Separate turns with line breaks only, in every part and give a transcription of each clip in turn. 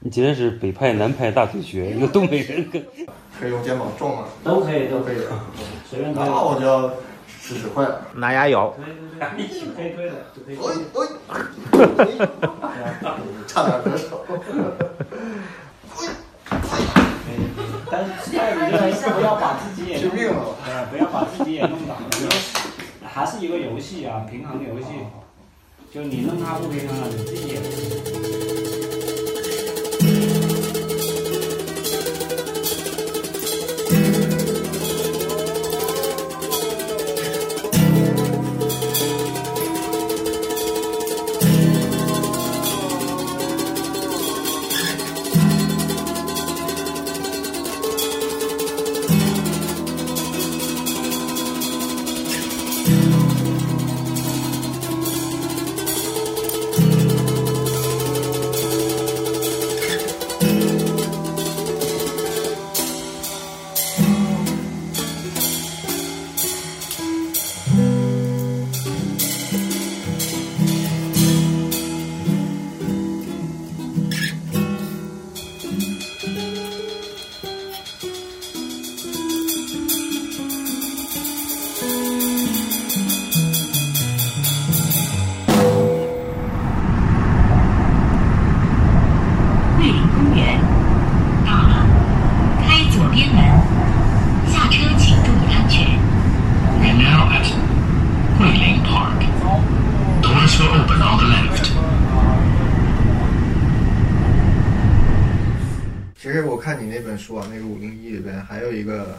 你既然是北派、南派大腿瘸，那东北人跟
可以用肩膀撞吗？
都可以，都
都
可
可
以
以，
随便推，
那我就要使使坏了。
拿牙咬，
推推可以推的，就可以
哎
推的。
哎，哎 差点得手。
但是在一个人不要把自己也
拼命了！
呃不要把自己也弄倒了，就是还是一个游戏啊，平衡游戏，就你弄他不平衡了，你自己也。
桂林公园到了，开左边门，下车请注意安全。
We're now at Guilin Park. Doors will open on the left.
其实我看你那本书啊，那个五零一里边还有一个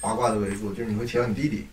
八卦的维度，就是你会提到你弟弟。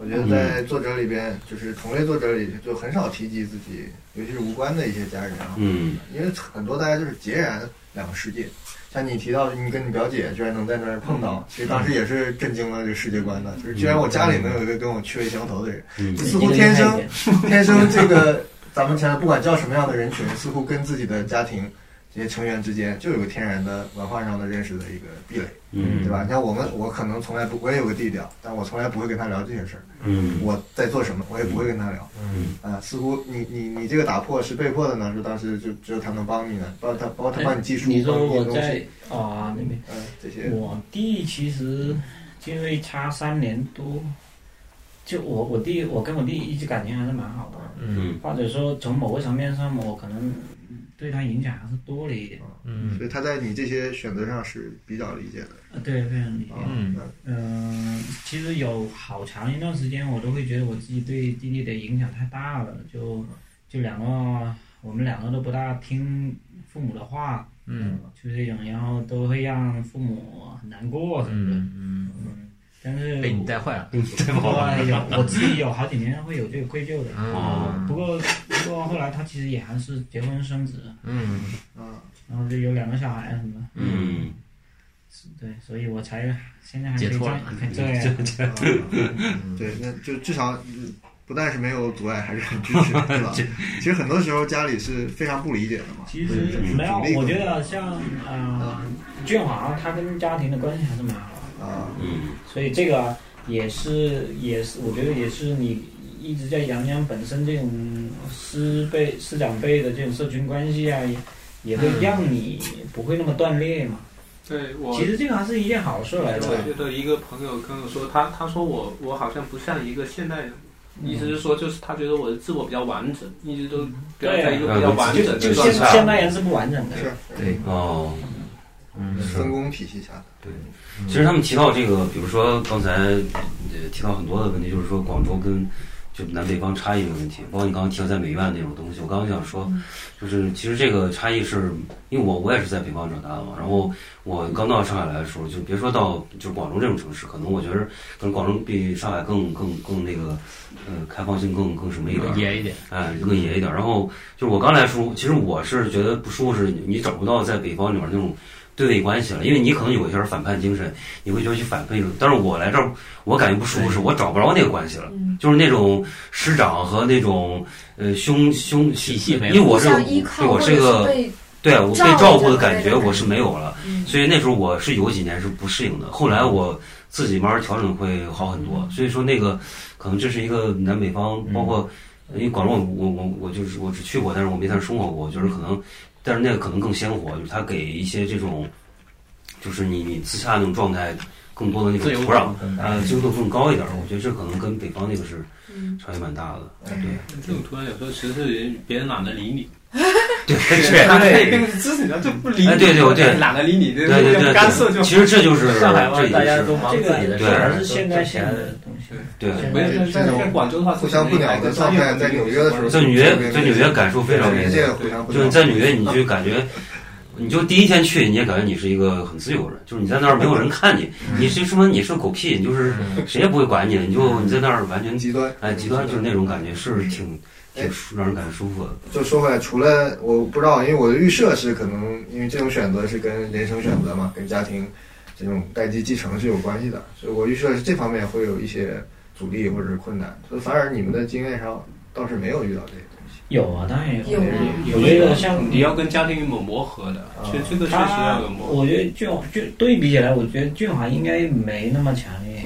我觉得在作者里边，就是同类作者里就很少提及自己，尤其是无关的一些家人啊，
嗯
因为很多大家就是截然两个世界。像你提到你跟你表姐居然能在那儿碰
嗯
到，其实当时也是震惊了这个世界观的，就是居然我家里能有一个跟我趣味相投的人，
嗯
似乎天生 天生这个咱们前面不管叫什么样的人群，似乎跟自己的家庭这些成员之间就有个天然的文化上的认识的一个壁垒，
嗯
对吧？你看我们，我可能从来不，我也有个弟弟，啊，但我从来不会跟他聊这些事儿，
嗯
我在做什么，我也不会跟他聊。
嗯，
啊，似乎你你你这个打破是被迫的呢，是当时就只有他能帮你呢，帮他帮
哎
他帮你技术，
你说
帮
我
印东
在
西，
啊那边，
嗯，这些，
我弟其实因为差三年多，就我我弟我跟我弟一直感情还是蛮好的，
嗯
或者说从某个层面上我可能对他影响还是多了一点，
啊嗯
嗯
所以他在你这些选择上是比较理解的。
啊对，非常理解。
嗯，
嗯，其实有好长一段时间，我都会觉得我自己对弟弟的影响太大了，就就两个我们两个都不大听父母的话，嗯，就这种，然后都会让父母很难过什么的，
嗯，
嗯，但是
哎
被你带坏了。
嗯，太不好了。
对，有我自己有好几年会有这个愧疚的，
啊
呃
哦
不过不过后来他其实也还是结婚生子，
嗯，
啊，
然后就有两个小孩什么的，
嗯，
对，所以我才现在还可
解
以
脱了
在对。
啊对，那就至少嗯不但是没有阻碍，还是很支持，对吧？其实很多时候家里是非常不理解的嘛。
其实没有，我觉得像呃，俊华他跟家庭的关系还是蛮好的，
啊，
嗯
所以这个也是也是我觉得也是你一直在杨洋本身这种师辈师长辈的这种社群关系啊，也也会
嗯
让你不会那么断裂嘛。
对我，
其实这个还是一件好事来
我
着。
觉得一个朋友跟我说，他他说我我好像不像一个现代人，
嗯
意思是说就是他觉得我的自我比较完整，一直都比较
对啊
在一个比较完整
就
的
就
状
现
态。
现代人是不完整的，
是
对，
哦，
分工体系下的。
其实他们提到这个，比如说刚才呃提到很多的问题，就是说广州跟就南北方差异的问题，包括你刚刚提到在美院那种东西，我刚刚想说，就是其实这个差异是因为我我也是在北方长大的嘛，然后我刚到上海来的时候，就别说到就是广州这种城市，可能我觉得可能广州比上海更更更那个呃开放性更更什么一点，
野一点。
哎，更野
嗯
一点。然后就是我刚来说，其实我是觉得不舒服，是你找不到在北方里面那种对位关系了，因为你可能有一些反叛精神，你会觉得去反叛一种。但是我来这儿，我感觉不舒服，
嗯
是我找不着那个关系了，就是那种师长和那种呃兄兄
体系没
因
有
为我是
像依靠
对我
或者
这
是
个
被
对我被照顾的感觉我是没有了，
嗯
所以那时候我是有几年是不适应的。后来我自己慢慢调整会好很多，所以说那个可能这是一个南北方，包括因为广州我我我我就是我只去过，但是我没在那儿生活过，我觉得可能但是那个可能更鲜活，就是它给一些这种，就是你你自洽那种状态更多的那
自由
种土壤，
更大
呃，自由度更高一点儿。我觉得这可能跟北方那个是差别蛮大的，对
这种突然有时候其实是别人懒得理 你，
对对。
他也并不是支持你，他就不理你，
哎对对对
懒得理
哎
你，这
对对对对，
干涉就
其实这就是
上海嘛
这，
大
也
家
是
都忙自己的事
对
反
儿，
而是现在想
的
的东西。
对。
没有
这
在
种
在广州的话，
互相不鸟的状态，在纽约的时候，
在纽约，在纽约感受非常明
直
显
接，互相不
就是。
鸟
在纽约，你就感觉，你就第一天去，你也感觉你是一个很自由的人，就是你在那儿没有人看你，你是说你是狗屁，你就是谁也不会管你的，你就你在那儿完全
极端，
哎极端就是那种感觉，是挺挺舒让人感觉舒服的。
就说回来，除了我不知道，因为我的预设是可能，因为这种选择是跟人生选择嘛，跟家庭这种代际继承是有关系的，所以我预设是这方面会有一些阻力或者是困难。所以反而你们的经验上倒是没有遇到这些东西。
有啊，当然有。
有啊
我觉得像
嗯
你要跟家庭有磨合的，
啊
其实这个确实
他
要有，磨合。
我觉得俊俊对比起来，我觉得俊华应该没那么强烈，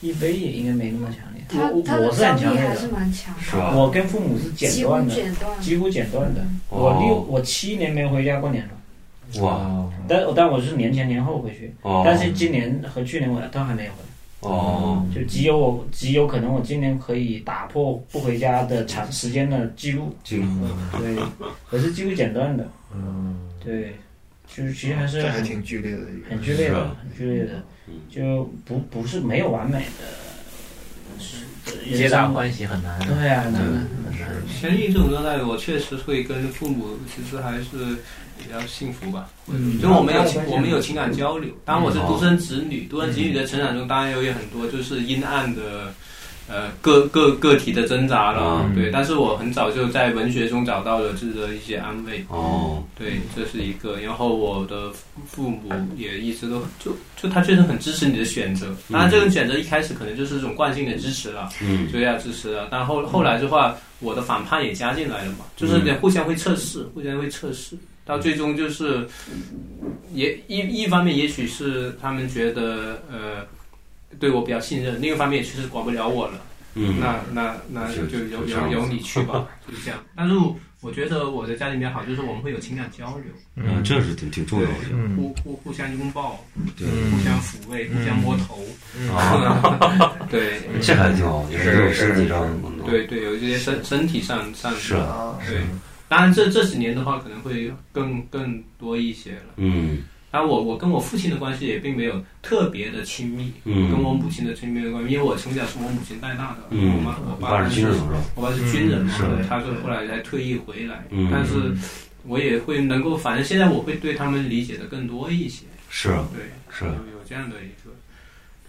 一菲也应该没那么强烈。
他
我
他
我
的
我是很
张
强
力
烈
还是
的，
蛮强的，
是吧
我跟父母是
几
剪
乎
断的，
剪断。
几乎剪断的。
哦
我六我七年没回家过年了，
哇
但但我是年前年后回去，
哦
但是今年和去年我都还没有回。
哦
就极有我极有可能我今年可以打破不回家的长时间的记录。
这个
对，我是几乎剪断的。嗯，对，就是其实还是
这还
很
挺剧烈的一个。
很剧烈
是
的
啊，
很剧烈的
嗯，
就不不是没有完美的人
皆大
生。
欢喜很难
对
嗯
啊，很难的很难的。
其实一种状态，我确实会跟父母其实还是比较幸福吧。
嗯
就我们有情，嗯我们有情感交流。当然我是独生子女，独生子女的成长中，当然有也很多就是阴暗的，呃，个个个体的挣扎了。
嗯
对，但是我很早就在文学中找到了自己的一些安慰。
哦
对，这是一个。然后我的父母也一直都就就他确实很支持你的选择。当然，这种选择一开始可能就是一种惯性的支持了。
嗯
就要支持了。啊但后后来的话，我的反叛也加进来了
嗯
嘛，就是得互相会测试，互相会测试，到最终就是，
嗯
也一一方面也许是他们觉得呃对我比较信任，另一方面也确实管不了我了。
嗯
那那那
是
就由
是这样
由
子
由你去 吧，就是这样。但是我觉得我在家里面好，就是我们会有情感交流，
嗯，这是挺挺重要的，
互互互相拥抱，
嗯对
互相抚慰，互相摸头，
嗯
啊，
对
这还挺好，也是这种身体上的能
对对，有一些身身体上上
是
的
啊，
啊，
对，当然这这几年的话，可能会更更多一些了。
嗯
当然我，我跟我父亲的关系也并没有特别的亲密，
嗯
跟我母亲的亲密的关系，因为我从小是我母亲带大的，我
嗯
妈，我
你
爸
爸是
他
军人是吧？
我爸是军人嘛，
嗯是
他是后来才退役回来，
嗯
但是我也会能够，反正现在我会对他们理解的更多一些，
是啊
对，
是
有有这样的一个，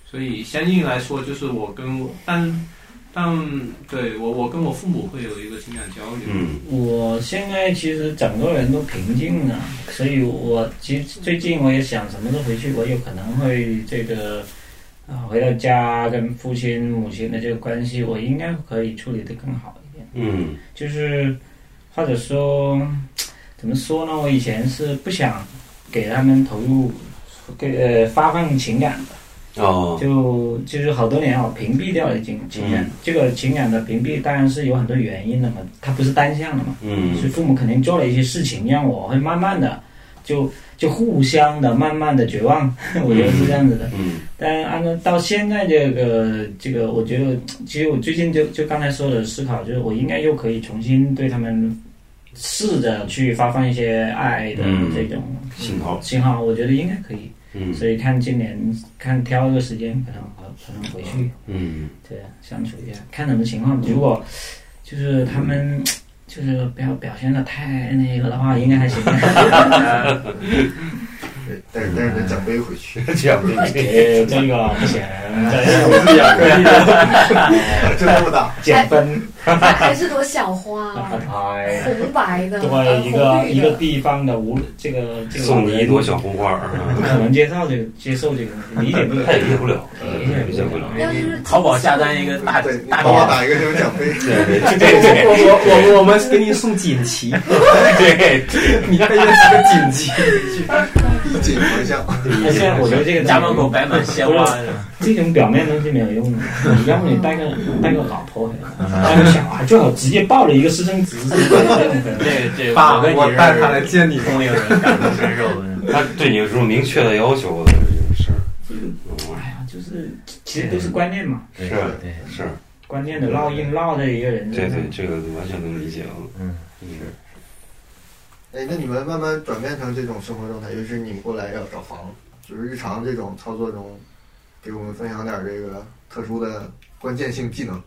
所以相应来说，就是我跟我，但但对我我跟我父母会有一个情感交流，
嗯
我现在其实整个人都平静了，所以我其实最近我也想什么时候回去，我有可能会这个啊、回到家跟父亲母亲的这个关系，我应该可以处理得更好一点。
嗯
就是或者说怎么说呢？我以前是不想给他们投入给呃发放情感的，
哦
就就是好多年我哦屏蔽掉了情情感，
嗯
这个情感的屏蔽当然是有很多原因的嘛，它不是单向的嘛。
嗯
所以父母肯定做了一些事情，让我会慢慢的就就互相的慢慢的绝望， 我觉得是这样子的。
嗯
但按照到现在这个这个，我觉得其实我最近就就刚才说的思考，就是我应该又可以重新对他们试着去发放一些爱的
嗯
这种
信号
信号，我觉得应该可以。
嗯
所以看今年看挑一个时间，可能可可能回去。
嗯
对，相处一下，看什么情况。如果就是他们就是不要表现的太那个的话，应该还行。
对，但是但是得奖杯回去，
这样
给这个不行，
就这么大。
减分。
还还是朵小花，
哎，
红白的，呃
对一个
红绿
一个
的，
地方的无这个这个
送你一朵小，红花儿，
不可能接受这个接受这个东西，理解不了
他。也理解不了，理解不了。
要是
淘宝下单一个大
对，你
大
帮
饼
我打一个这种奖杯。
对对
对对对，我我我我们给你送锦旗，
对，
你看一个锦旗，
解决方向。
但现在我觉得这个东西
家门口摆满鲜花
不是这种表面东西没有用 的，你要么你带个带个老婆回来，带个小孩，最好直接抱着一个私生子，
这这
爸，
我跟你
我
是
带他来见你。。
同龄人感同身受的。
他对你有什么明确的要求的这个事儿？
哎呀，就是其实都是观念嘛，
对
是
对，
是，
观念的烙印烙在一个人
对
身上
对，。这个完全能理解啊。
嗯，
哎，那你们慢慢转变成这种生活状态，尤其是你们过来要找房，就是日常这种操作中，给我们分享点这个特殊的关键性技能，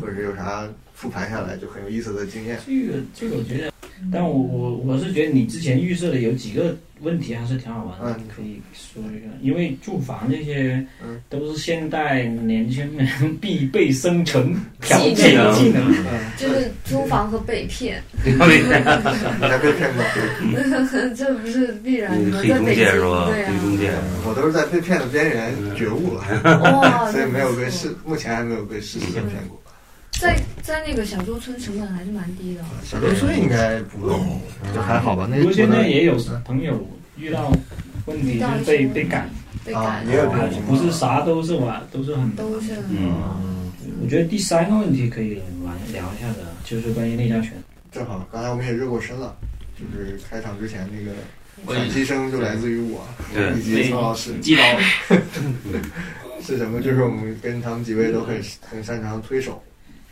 或者是有啥复盘下来就很有意思的经验。
这个这个我觉得，但我我我是觉得你之前预设的有几个问题还是挺好玩的，
嗯
可以说一下。因为住房这些
嗯
都是现代年轻人 必备生存条件
技
能
技能。
就是租房和被骗，
你还被骗过？
这不是必然
嗯
吗？
黑
在
中
北
介
京，
是吧？
对
黑中
啊，
介，
我都是在被骗的边缘觉悟了，
哇，
所以没有
那
被
不错
事，目前还没有被事实的骗过。
在在那个小洲村成本还是蛮低的，
小刘村应该不用，就还好吧。那
不过现在也有
嗯
朋友遇到问题
遇
就
到
是
一些
被
问题
被赶，
被
啊
赶，
也有这种情
不
况，
是啥都是玩，都是很
都是
嗯，
我觉得第三个问题可以玩聊一下的，就是关于内家权。
正好刚才我们也热过身了，就是开场之前那个
我
转机声就来自于我
对
以及宋老师。
基佬
是什么？就是我们跟他们几位都很很擅长推手，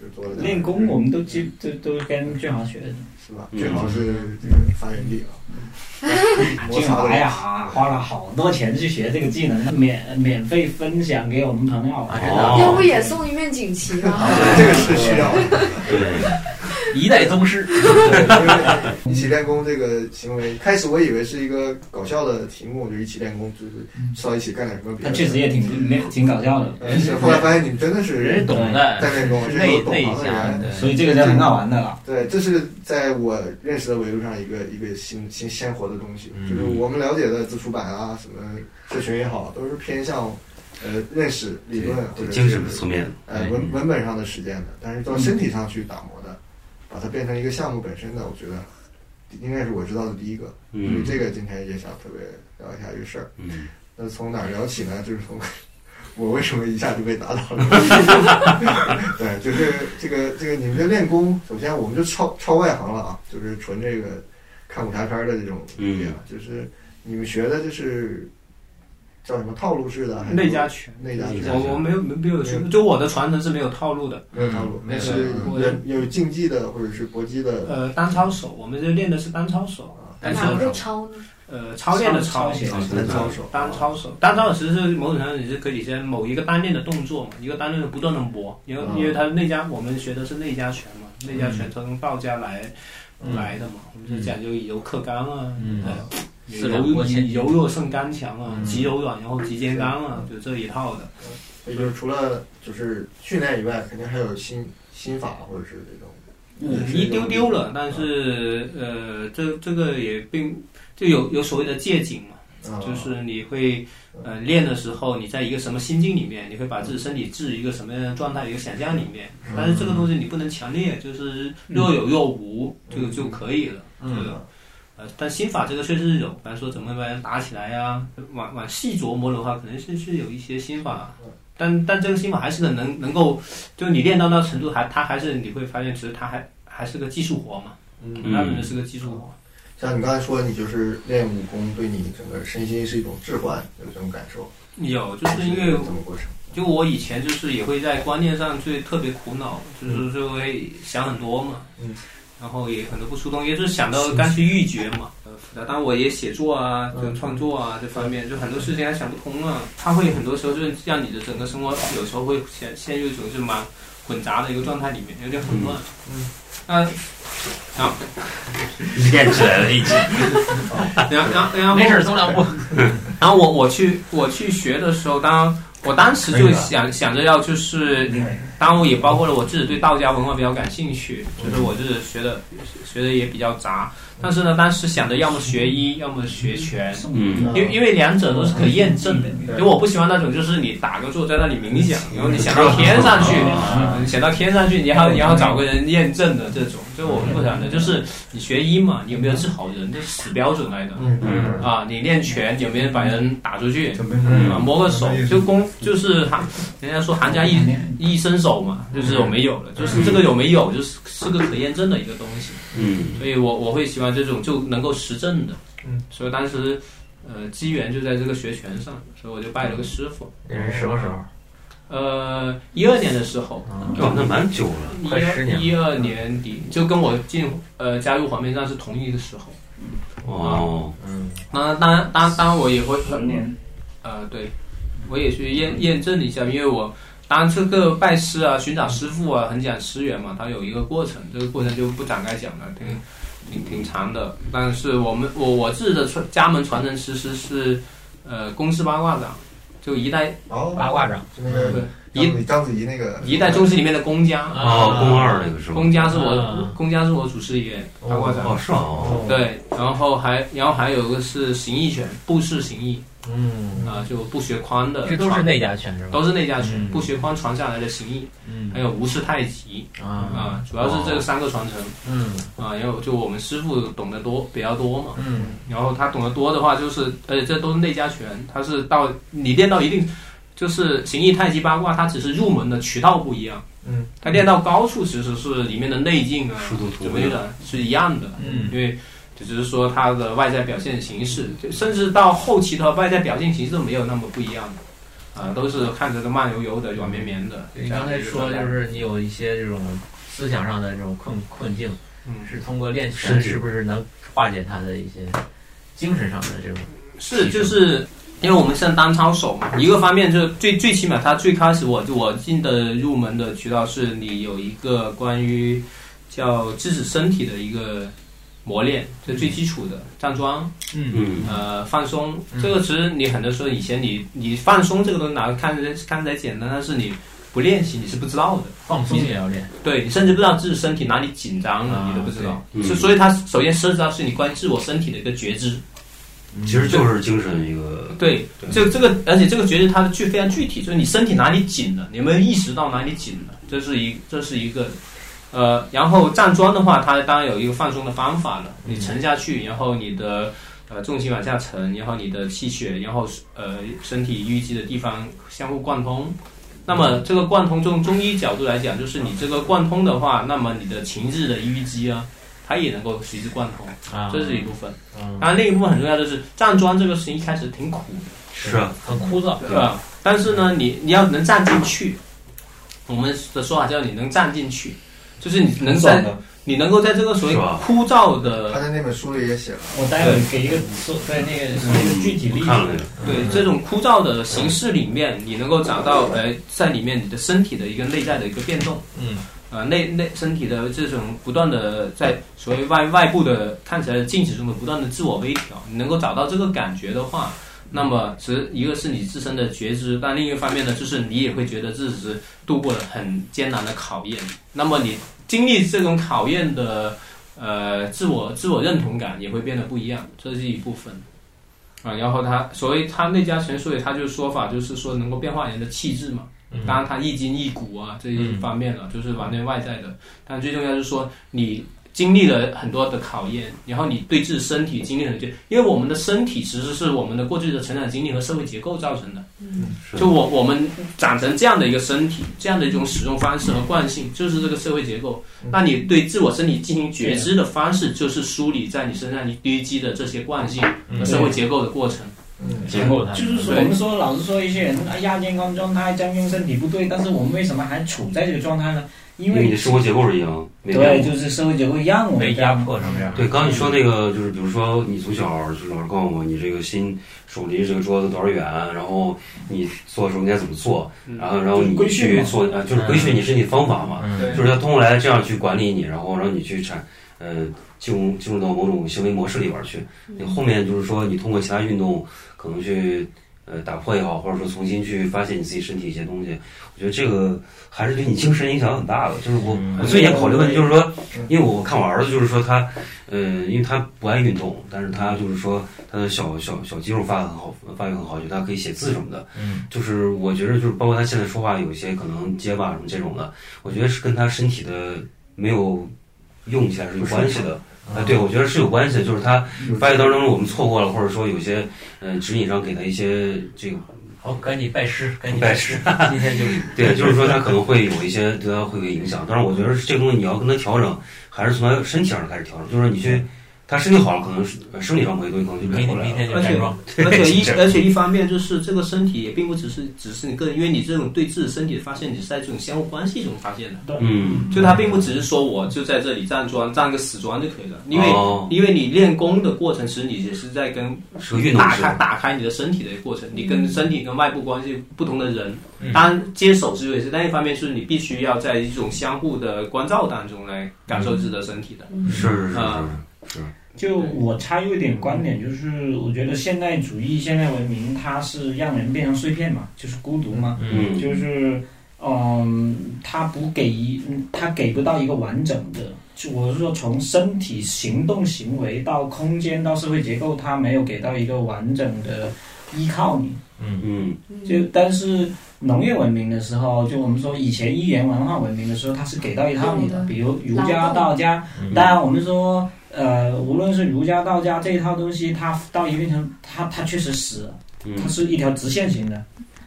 就是做了点
练功我们都基都都跟俊豪学的，
是吧？
嗯
最好是这个发源地啊。我
俊
操
豪！呀，花了好多钱去学这个技能，免免费分享给我们朋友。
啊，真的
哦
啊
要不也送一面锦旗吗？
这个是需要的，
对，
一代宗师，
对因为一起练功这个行为，开始我以为是一个搞笑的题目，我就一起练功，就是稍一起干点什么别
他
的。
嗯确实也挺没挺搞笑的，
嗯，是后来发现你们真的是
人是懂的，
在练功，这
是
都
内
是懂
内
行的
向
人。
的，
所以这个是很好玩的了。
对，这是在我认识的维度上一个一个新新鲜活的东西，
嗯
就是我们了解的自出版啊，什么社群也好，都是偏向呃认识理论或
对
者
精
是
神层面，嗯
呃文文本上的实践的，但是到身体上去打磨的，把它变成一个项目本身的，我觉得应该是我知道的第一个。所以
嗯
这个今天也想特别聊一下这个事儿。
嗯，
那从哪儿聊起呢？就是从我为什么一下就被打倒了。 对，就是这个这个你们这练功，首先我们就超超外行了啊，就是纯这个看武侠片儿的这种
嗯
理解啊，就是你们学的就是叫什么套路式的，还是
内家拳，
内家
内
拳
家
我我没有没没有学，就我的传承是没有套路的。
没有套
嗯
路，那
没有
是
套路
人有竞技的或者是搏击的
呃，单抄手，我们这练的是单抄手，
嗯
但是
哪个抄呢？
呃，操练的操
抄，写
好
单操手，
单操手，单操手其实是某种程度上也是可以先某一个单练的动作嘛，一个单练的不断的磨，因为
嗯
因为它内家我们学的是内家拳嘛，内家拳从道家来
嗯
来的嘛，我们是讲究以柔克刚啊，
嗯
对
四
柔
两拨千
以柔弱胜刚强啊，
嗯
极柔软然后极坚刚啊，就这一套的。呃
也就是除了就是训练以外，肯定还有心心法或者是这种。
嗯一丢丢了，但是
嗯
呃，这这个也并就有有所谓的借景嘛，
啊
就是你会呃练的时候，你在一个什么心境里面，你会把自己身体置于一个什么样的状态、一个想象里面。
嗯
但是这个东西你不能强烈，就是若有若无就
嗯啊
就可以了，这个。呃，但心法这个确实是有，比方说怎么把人打起来呀、往往细琢磨的话，可能是是有一些心法，但但这个心法还是个能能够，就你练到那程度还，它还是你会发现，其实它还还是个技术活嘛，
嗯，
嗯
那本是个技术活。
像你刚才说，你就是练武功，对你整个身心是一种置换，有这种感受，
有，就是因
是
为
怎么过程？
就我以前就是也会在观念上最特别苦恼，就是就会想很多嘛，
嗯，
然后也很多不出动，也就是想到干脆欲绝嘛，呃，复杂。当然我也写作啊，就
嗯
创作啊这方面，就很多事情还想不通啊。它会很多时候就是让你的整个生活有时候会陷陷入一种就蛮混杂的一个状态里面，有点混乱。
嗯，
那
练起来了，一起
然后然后然后
没事，走两步，
然后我我去我去学的时候，当我当时就想想着要就是当然我也包括了我自己对道家文化比较感兴趣，就是我自己学的学的也比较杂，但是呢，当时想着要么学医，要么学拳，
嗯
因为因为两者都是可验证的，因为我不喜欢那种就是你打个坐在那里冥想，然后你想到天上去，你想到天上去，你要你要找个人验证的这种，就我不想的，就是你学医嘛，你有没有治好人，这是死标准来的，
嗯
啊，你练拳有没有把人打出去，
嗯
啊，摸个手就功就是行，人家说行家一一伸手嘛，就是我没有了，就是这个有没有就是是个可验证的一个东西，
嗯
所以我我会喜欢这种就能够实证的，嗯，所以当时呃机缘就在这个学拳上，所以我就拜了个师傅。
那是什么时候？
呃，一二年的时候，
哦，那蛮久了，
一
快十年
二一二年底就跟我进呃加入黄梅站是同一个时候。
哦，
嗯
当然，当然，当然，当然，我也会
十年，
呃，对，我也去验验证一下，因为我当然这个拜师啊、寻找师傅啊，很讲师缘嘛，它有一个过程，这个过程就不展开讲了，挺挺挺长的。但是我们我我自己的传家门传承其实是呃公司八卦掌，就一代
哦，
八卦掌，
就那个
对
章
嗯
子章子怡那个
一代宗师里面的公家，
哦，宫二那个是吗？
公家是我
啊
公家是我祖师爷八卦掌，
哦，是吗？哦，
对，然后还然后还有一个是形意拳，步式形意
嗯，
啊，就不学宽的
这都是
传
内家拳是吧？
都是内家拳，
嗯
不学宽传下来的形意，
嗯
还有吴氏太极
啊
啊，主要是
哦
这三个传承
嗯
啊，因为就我们师傅懂得多比较多嘛，
嗯
然后他懂得多的话，就是而且这都是内家拳，他是到你练到一定，就是形意太极八卦，它只是入门的渠道不一样，
嗯，
他练到高处其实是里面的内劲啊
殊途，同
怎么样的是一样的，
嗯
因为只是说它的外在表现形式，就甚至到后期的外在表现形式都没有那么不一样的，啊、都是看着都慢悠悠的、软绵绵的。
你刚才说就是你有一些这种思想上的这种困困境，
嗯
是通过练拳是不是能化解他的一些精神上的这种？
是就是。因为我们像单操手嘛，一个方面就是最最起码，他最开始我我进的入门的渠道是你有一个关于叫自己身体的一个磨练，这最基础的站桩，
嗯
呃，放松这个其实你很多时候以前你你放松这个东西拿看着看起来简单，但是你不练习你是不知道的，
放松也要练，
对你甚至不知道自己身体哪里紧张了，你都不知道。
对
所
嗯
所以它首先涉及到是你关于自我身体的一个觉知，
其实就是精神一个，
对，这这个而且这个觉知它的具非常具体，就是你身体哪里紧了，你有没有意识到哪里紧了，这是一这是一个。呃，然后站桩的话，它当然有一个放松的方法了。你沉下去，然后你的呃重心往下沉，然后你的气血，然后呃身体淤积的地方相互贯通。那么这个贯通，从中医角度来讲，就是你这个贯通的话，那么你的情志的淤积啊，它也能够随之贯通，
啊，
这是一部分。
嗯
当然，另一部分很重要的是站桩这个事情一开始挺苦的。
是啊，
很枯燥，
对吧？但是呢，你你要能站进去，我们的说法叫你能站进去，就是你能在你能够在这个所谓
是吧
枯燥
嗯他
的
在那本书里也写了，
我待会给一个做在那个那个具体例
嗯我
子，
看了那个，
对
嗯
这种枯燥的形式里面，你能够找到呃在里面你的身体的一个内在的一个变动，
嗯，
呃内内身体的这种不断的在所谓外外部的看起来静止中的不断的自我微调，你能够找到这个感觉的话。那么，其实一个是你自身的觉知，但另一个方面呢，就是你也会觉得自己是度过了很艰难的考验。那么你经历这种考验的，呃，自我自我认同感也会变得不一样，这是一部分。啊，然后他，所以他内家拳，所以他就是说法，就是说能够变化人的气质嘛。
嗯
当然，他易筋易骨啊这一方面了，就是完全外在的。但最重要就是说，你经历了很多的考验，然后你对自己身体经历了就，因为我们的身体其实是我们的过去的成长经历和社会结构造成的。
嗯
是
就我我们长成这样的一个身体，这样的一种使用方式和惯性，就是这个社会结构。那你对自我身体进行觉知的方式，就是梳理在你身上你堆积的这些惯性
嗯
和社会结构的过程。
嗯
嗯
结构它
就是说，我们说老是说一些人啊亚健康状态，将军身体不对，但是我们为什么还处在这个状态呢？因
因为你
为
的生活结构是一样的，没
对，
变过
就是社会结构让我
没
们这
嗯压
样。
迫成这样，
对，刚才你说那个就是，比如说你从小就老师告诉我，你这个心手离这个桌子多少远，然后你做的时候应该怎么做，然后然后你
规训
去
嘛
做，呃，就是规训你身体方法嘛，
嗯
就是他通过来这样去管理你，然后让你去产，呃，进入进
嗯
入到某种行为模式里边去。你后面就是说，你通过其他运动可能去呃打破也好，或者说重新去发现你自己身体一些东西，我觉得这个还是对你精神影响很大的。就是我我最近也考虑问题，就是说，因为我看我儿子，就是说他，呃，因为他不爱运动，但是他就是说他的小小小肌肉发育很好，发育很好，就他可以写字什么的。
嗯，
就是我觉得就是包括他现在说话有一些可能结巴什么这种的，我觉得是跟他身体的没有用起来是有关系的。啊，对，我觉得是有关系的，就是他发育当中我们错过了，或者说有些嗯、呃指引上给他一些这个。
好，赶紧拜师，赶紧，
拜师
今天就是
对，就是说他可能会有一些对他会有影响，但是我觉得这个东西你要跟他调整，还是从他身体上开始调整，就是说你去。他身体好了，可能是呃生理上某些东西可能就改过来了。
而且而且一而且一方面就是这个身体也并不只是只是你个人，因为你这种对自己身体的发现，你是在这种相互关系中发现的。
嗯
就它并不只是说我就在这里站桩站个死桩就可以了，因为、
哦
因为你练功的过程，其实你也是在跟
是个运动
打
是
开
吧
打开你的身体的一个过程，你跟身体跟外部关系不同的人，
嗯
当然接手之类是，但一方面是你必须要在一种相互的关照当中来感受自己的身体的，
嗯
是是是
啊
是，
就我插入一点观点，就是我觉得现代主义、现代文明，它是让人变成碎片嘛，就是孤独嘛，
嗯
就是嗯，它不给一，嗯它给不到一个完整的。就我是说，从身体行动行为到空间到社会结构，它没有给到一个完整的依靠你。
嗯
就但是农业文明的时候，就我们说以前一元文化文明的时候，它是给到一套你的，比如儒家、道家。
嗯
当然，我们说呃，无论是儒家、道家这一套东西，它到一定程度，它它确实死了，
嗯
它是一条直线型的，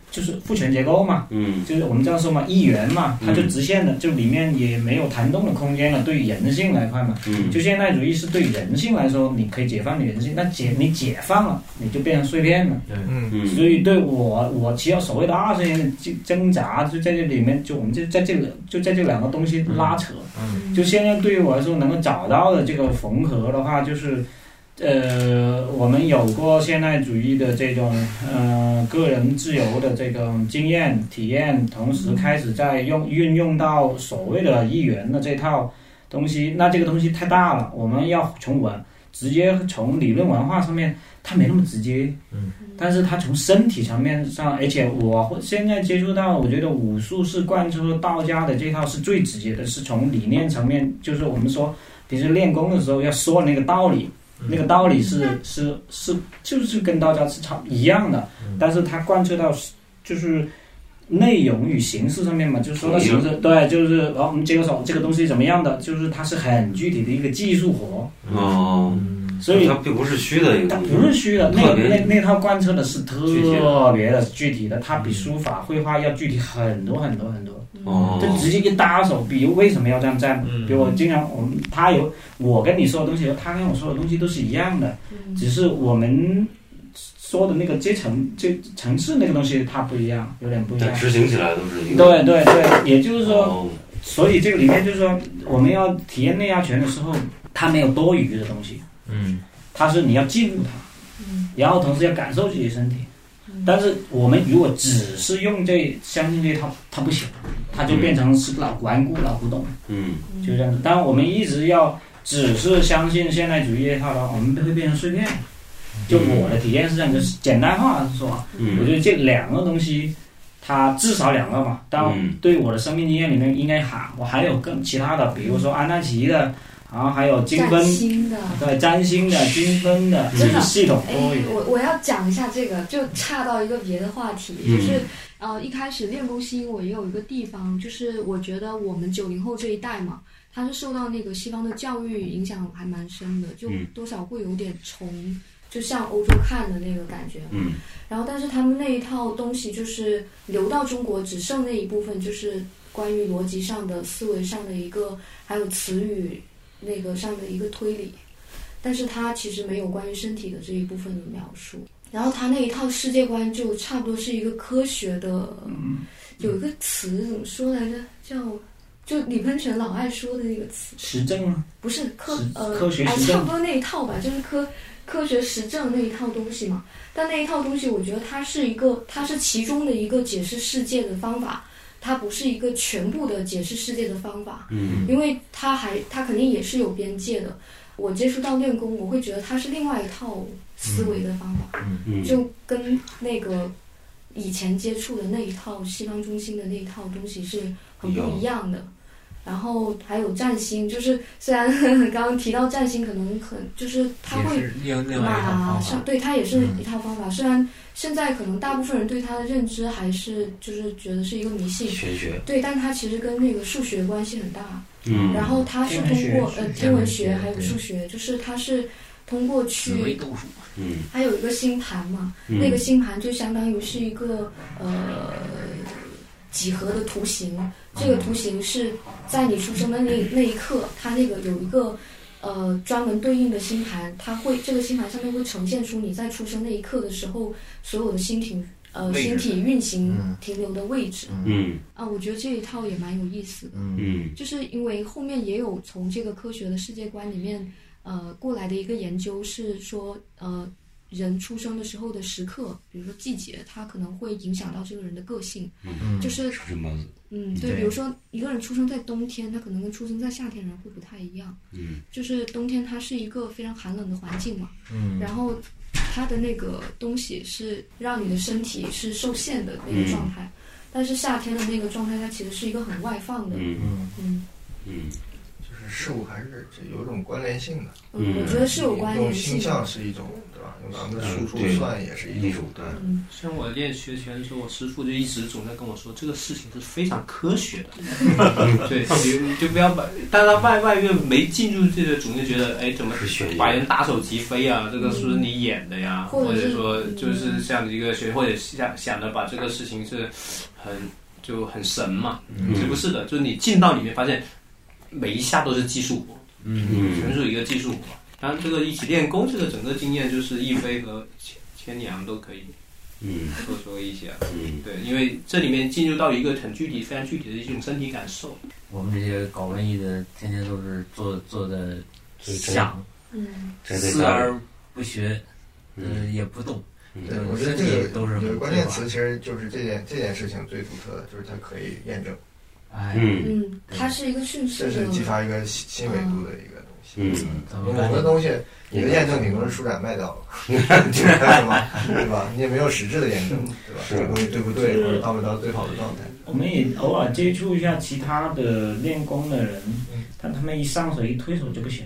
就是父权结构嘛。
嗯
就是我们这样说嘛，一元嘛，它就直线的，就里面也没有弹动的空间了。对于人性来看嘛，
嗯
就现代主义是对人性来说，你可以解放你人性，但解你解放了，你就变成碎片了。
嗯
嗯
所以对我，我其实所谓的二十年的挣挣扎，就在这里面，就我们就在这个就在这两个东西拉扯。
嗯
就现在对于我来说，能够找到的这个缝合的话，就是，呃，我们有过现代主义的这种呃个人自由的这种经验体验，同时开始在用运用到所谓的一元的这套东西。那这个东西太大了，我们要从文直接从理论文化上面，它没那么直接。但是它从身体层面上，而且我会现在接触到，我觉得武术是贯彻道家的这套是最直接的，是从理念层面，就是我们说平时练功的时候要说的那个道理，那个道理是是是就是跟道家是差不一样的，但是它贯彻到就是内容与形式上面嘛，就是说到形式，对，就是然后我们接个手这个东西怎么样的，就是它是很具体的一个技术活，
哦，
所以
它并不是虚的一个
它
东西，
不是虚的，
嗯
那
特
个
别
那那套贯彻的是特
具体嗯
别的具体的，它比书法、绘画要具体很多很多很多。
嗯
哦嗯
就直接一搭手，比如为什么要这样站？比如我经常我们他有我跟你说的东西，他跟我说的东西都是一样的，
嗯
只是我们说的那个阶层、这层次那个东西它不一样，有点不一
它
样。
执行起来都是一个。
对对对，也就是说，
哦
所以这个里面就是说，我们要体验内压拳的时候，它没有多余的东西。
嗯
它是你要进入它，
嗯
然后同时要感受自己的身体。但是我们如果只是用这相信这一套，它不行，它就变成是老顽固老古董，
嗯
就这样子。但我们一直要只是相信现代主义这一套的话，我们会变成碎片。就我的体验是这样，就是简单化是说，我
嗯
觉得这两个东西，它至少两个嘛。但
嗯
对我的生命经验里面，应该还我还有更其他的，比如说安纳奇的，然后还有精
崭
分
新的。
对，占星的、均分的，
真
嗯
的
系统
哎
多一，点。
我我要讲一下这个，就岔到一个别的话题，
嗯
就是呃，一开始练功吸引我也有一个地方，就是我觉得我们九零后这一代嘛，他是受到那个西方的教育影响还蛮深的，就
嗯
多少会有点从就向欧洲看的那个感觉。
嗯
然后，但是他们那一套东西就是流到中国，只剩那一部分，就是关于逻辑上的、思维上的一个，还有词语那个上的一个推理。但是它其实没有关于身体的这一部分的描述。然后他那一套世界观就差不多是一个科学的，
嗯
有一个词怎么说来着？叫就李喷泉老爱说的那个词，
实证啊，
不是科
实
呃，
科学
哎
实证
差不多那一套吧，就是科科学实证那一套东西嘛。但那一套东西，我觉得它是一个，它是其中的一个解释世界的方法，它不是一个全部的解释世界的方法。
嗯
因为它还它肯定也是有边界的。我接触到练功，我会觉得它是另外一套思维的方法，
嗯嗯
就跟那个以前接触的那一套西方中心的那一套东西是很不一样的。然后还有占星，就是虽然刚刚提到占星，可能很就是它
也
会
是另另外一套
马
方法
上，对它也是一套方法。虽然现在可能大部分人对它的认知还是就是觉得是一个迷信
玄学
对，但它其实跟那个数学关系很大。
嗯
然后它是
天
通
文学
过
数
呃
学
天文学
天文学
还有
对
数学，就是它是通过去
紫微斗数嗯
还有一个星盘嘛，
嗯
那个星盘就相当于是一个呃几何的图形，这个图形是在你出生的那那一刻，它那个有一个呃专门对应的星盘，它会这个星盘上面会呈现出你在出生那一刻的时候所有的星体呃
位置
星体运行停留的位置。
嗯
啊，我觉得这一套也蛮有意思的。
嗯
就是因为后面也有从这个科学的世界观里面，呃，过来的一个研究是说，呃，人出生的时候的时刻，比如说季节，它可能会影响到这个人的个性。
嗯
就是
是吗
嗯，对，
对
比如说一个人出生在冬天，他可能跟出生在夏天人会不太一样。
嗯
就是冬天它是一个非常寒冷的环境嘛，
嗯
然后它的那个东西是让你的身体是受限的那个
嗯
状态，但是夏天的那个状态它其实是一个很外放的，
嗯
嗯
嗯，
就是事物还是这有一种关联性的。
嗯我觉得是有关联
用
性的
星象是一种，对吧？用咱们的
嗯
数数
对
算也是一种，对。
嗯
像我练学拳的时候，我师傅就一直总在跟我说，这个事情是非常科学的对，你你就不要把，但他外外面没进入这个，总就觉得，哎，怎么把人打手击飞啊？这个是不是你演的呀？
或
或
者
者
是嗯
说，就是像一个学，或者想想着把这个事情是很就很神嘛？
嗯
这不是的，就是你进到里面发现，每一下都是技术活，
嗯
纯属一个技术活。当然，这个一起练功，这个整个经验就是一飞和千千里昂都可以。
嗯，
多说一些。
嗯，
对，因为这里面进入到一个很具体、非常具体的一种身体感受。
我们这些搞文艺的，天天都是做做的想，
嗯
思而不学，
嗯
呃，也不动，
对，
呃
我觉得
身
这
体
个
都是
有
很
个关
匮
键
乏
词，其实就是这件这件事情最独特的，就是它可以验证。
哎
嗯，它是一个迅速
这
的
是激发一个新新维度的一个东西。
嗯
我们的东西，你的验证顶多是书展 卖到了，这个干什么？对吧？你也没有实质的验证，对吧？这个东西对不对，或者到没到最好的状态？
我们也偶尔接触一下其他的练功的人，但他们一上手一推手就不行，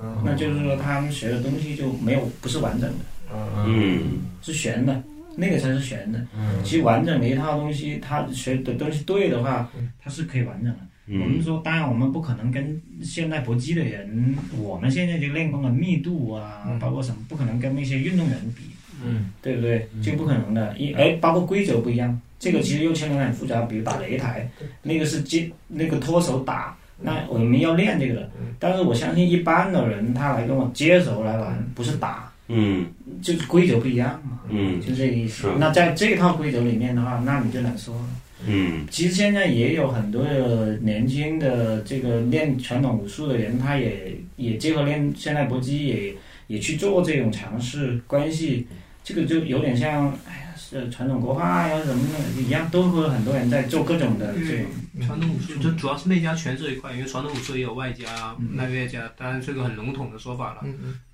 嗯
那就是说他们学的东西就没有不是完整的，
嗯，
是悬的，那个才是悬的。其实完整的一套东西，他学的东西对的话，它是可以完整的。
嗯
我们说，当然我们不可能跟现代搏击的人，我们现在就练功的密度啊，包括什么，不可能跟那些运动员比。
嗯，
对不对？这个不可能
嗯
的，因哎，包括规则不一样，这个其实又牵扯得很复杂，比如打擂台，那个是接那个脱手打，
嗯
那我们要练这个的。但是我相信一般的人，他来跟我接手来玩，不是打，
嗯
就是规则不一样嘛，
嗯
就这个意思
是。
那在这套规则里面的话，那你就难说了。
嗯
其实现在也有很多的年轻的这个练传统武术的人，他也也结合练现代搏击也，也去做这种尝试。关系这个就有点像，哎呀，是传统国画呀什么的一样，都会有很多人在做各种的这种。
传统武术就主要是内家拳这一块，因为传统武术也有外家、外外家，当然这个很笼统的说
嗯
法了。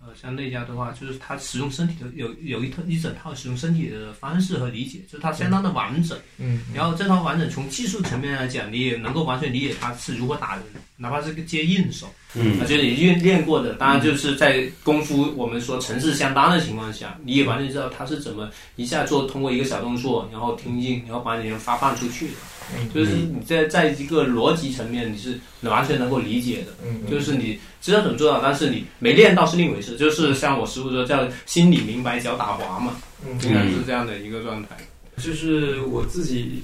呃，像内家的话，就是他使用身体的有有一套一整套使用身体的方式和理解，就是它相当的完整。
嗯
然后这套完整从技术层面来讲，你也能够完全理解他是如何打人，哪怕是个接应手，
嗯
啊，就是你练练过的，当然就是在功夫我们说层次相当的情况下，你也完全知道他是怎么一下做通过一个小动作，然后听进，然后把你人发放出去的。
嗯
就是你在在一个逻辑层面，你是完全能够理解的，
嗯嗯
就是你知道怎么做到，但是你没练到是另一回事。就是像我师傅说叫心里明白，脚打滑嘛，
嗯
应该是这样的一个状态。
就是我自己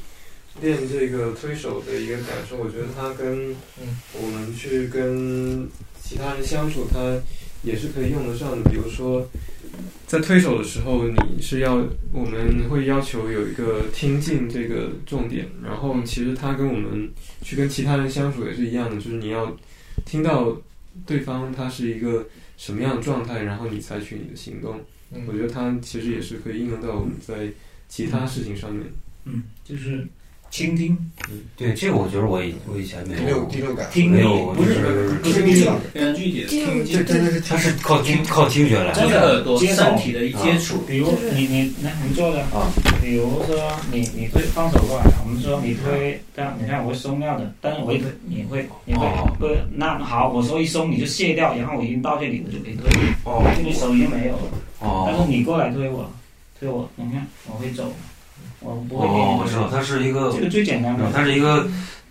练这个推手的一个感受，我觉得它跟
嗯
我们去跟其他人相处，它也是可以用得上的。比如说，在推手的时候，你是要我们会要求有一个听进这个重点，然后其实它跟我们去跟其他人相处也是一样的，就是你要听到对方他是一个什么样的状态，然后你采取你的行动。
嗯
我觉得它其实也是可以应用到我们在其他事情上面。
嗯，就是倾听。
对，这个我觉得我以我以前没有
第六第六感
没有，
不
就
是
是
不是第六感
根
据你的
听力这真的是
它是靠听靠听觉来的，
真的接手
身
比如你你那你坐着
啊，
比如说你你推放手过来，我们说你推，但你看我会松掉的，但是我一推你会你会
哦
不是那好，我说一松你就卸掉，然后我已经到这里我就可以推，
哦，
这个手已经没有了，
哦
但是你过来推我，推我，你看我会走，我不会给
哦，
你
我知
推
道，它是一个
这个最简单的，
它是一个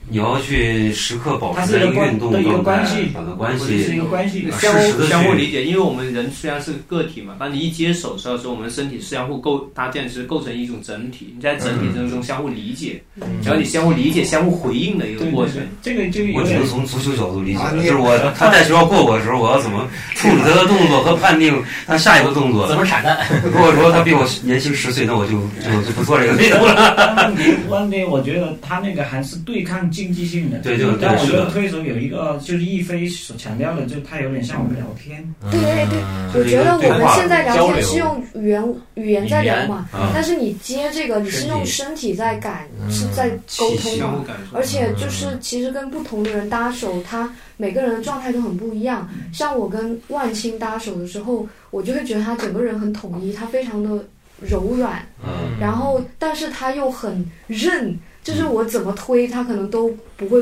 你要去时刻保
它
持
是一
在
个
运
关
动
的一个
状态
关系，
把它关
我觉得
系
是一个关系
啊
相
适时
互
的
相互
去
理解，因为我们人虽然是个体嘛，但你一接手实际上是我们身体是相互构搭建，是构成一种整体。你在整体当中相互理解，
嗯
只要你相互理解、相互回应的一个过程。
这个就
我只能从足球角度理解
啊，
就
你
是我他在学校过我的时候，我要怎么处理他的动作和判定他下一步动作？
怎么铲蛋
如果说他比我年轻十岁，那我就就就不做这个运动了。
问题问题，我觉得他那个还是对抗竞技性的。
对对对
但我觉
是
得
的
推手有一个，就是一菲所强调的，就是他有点像我们聊天。
对对对，我觉得我们现在聊天是用语言语言在聊嘛
语言嗯，
啊
但是你接这个你是用身体在感，是在沟
气息
通
相
嘛
互感受，
而且就是其实跟不同的人搭手，他每个人的状态都很不一样。像我跟万青搭手的时候，我就会觉得他整个人很统一，他非常的柔软，
嗯
然后但是他又很韧，就是我怎么推他可能都不会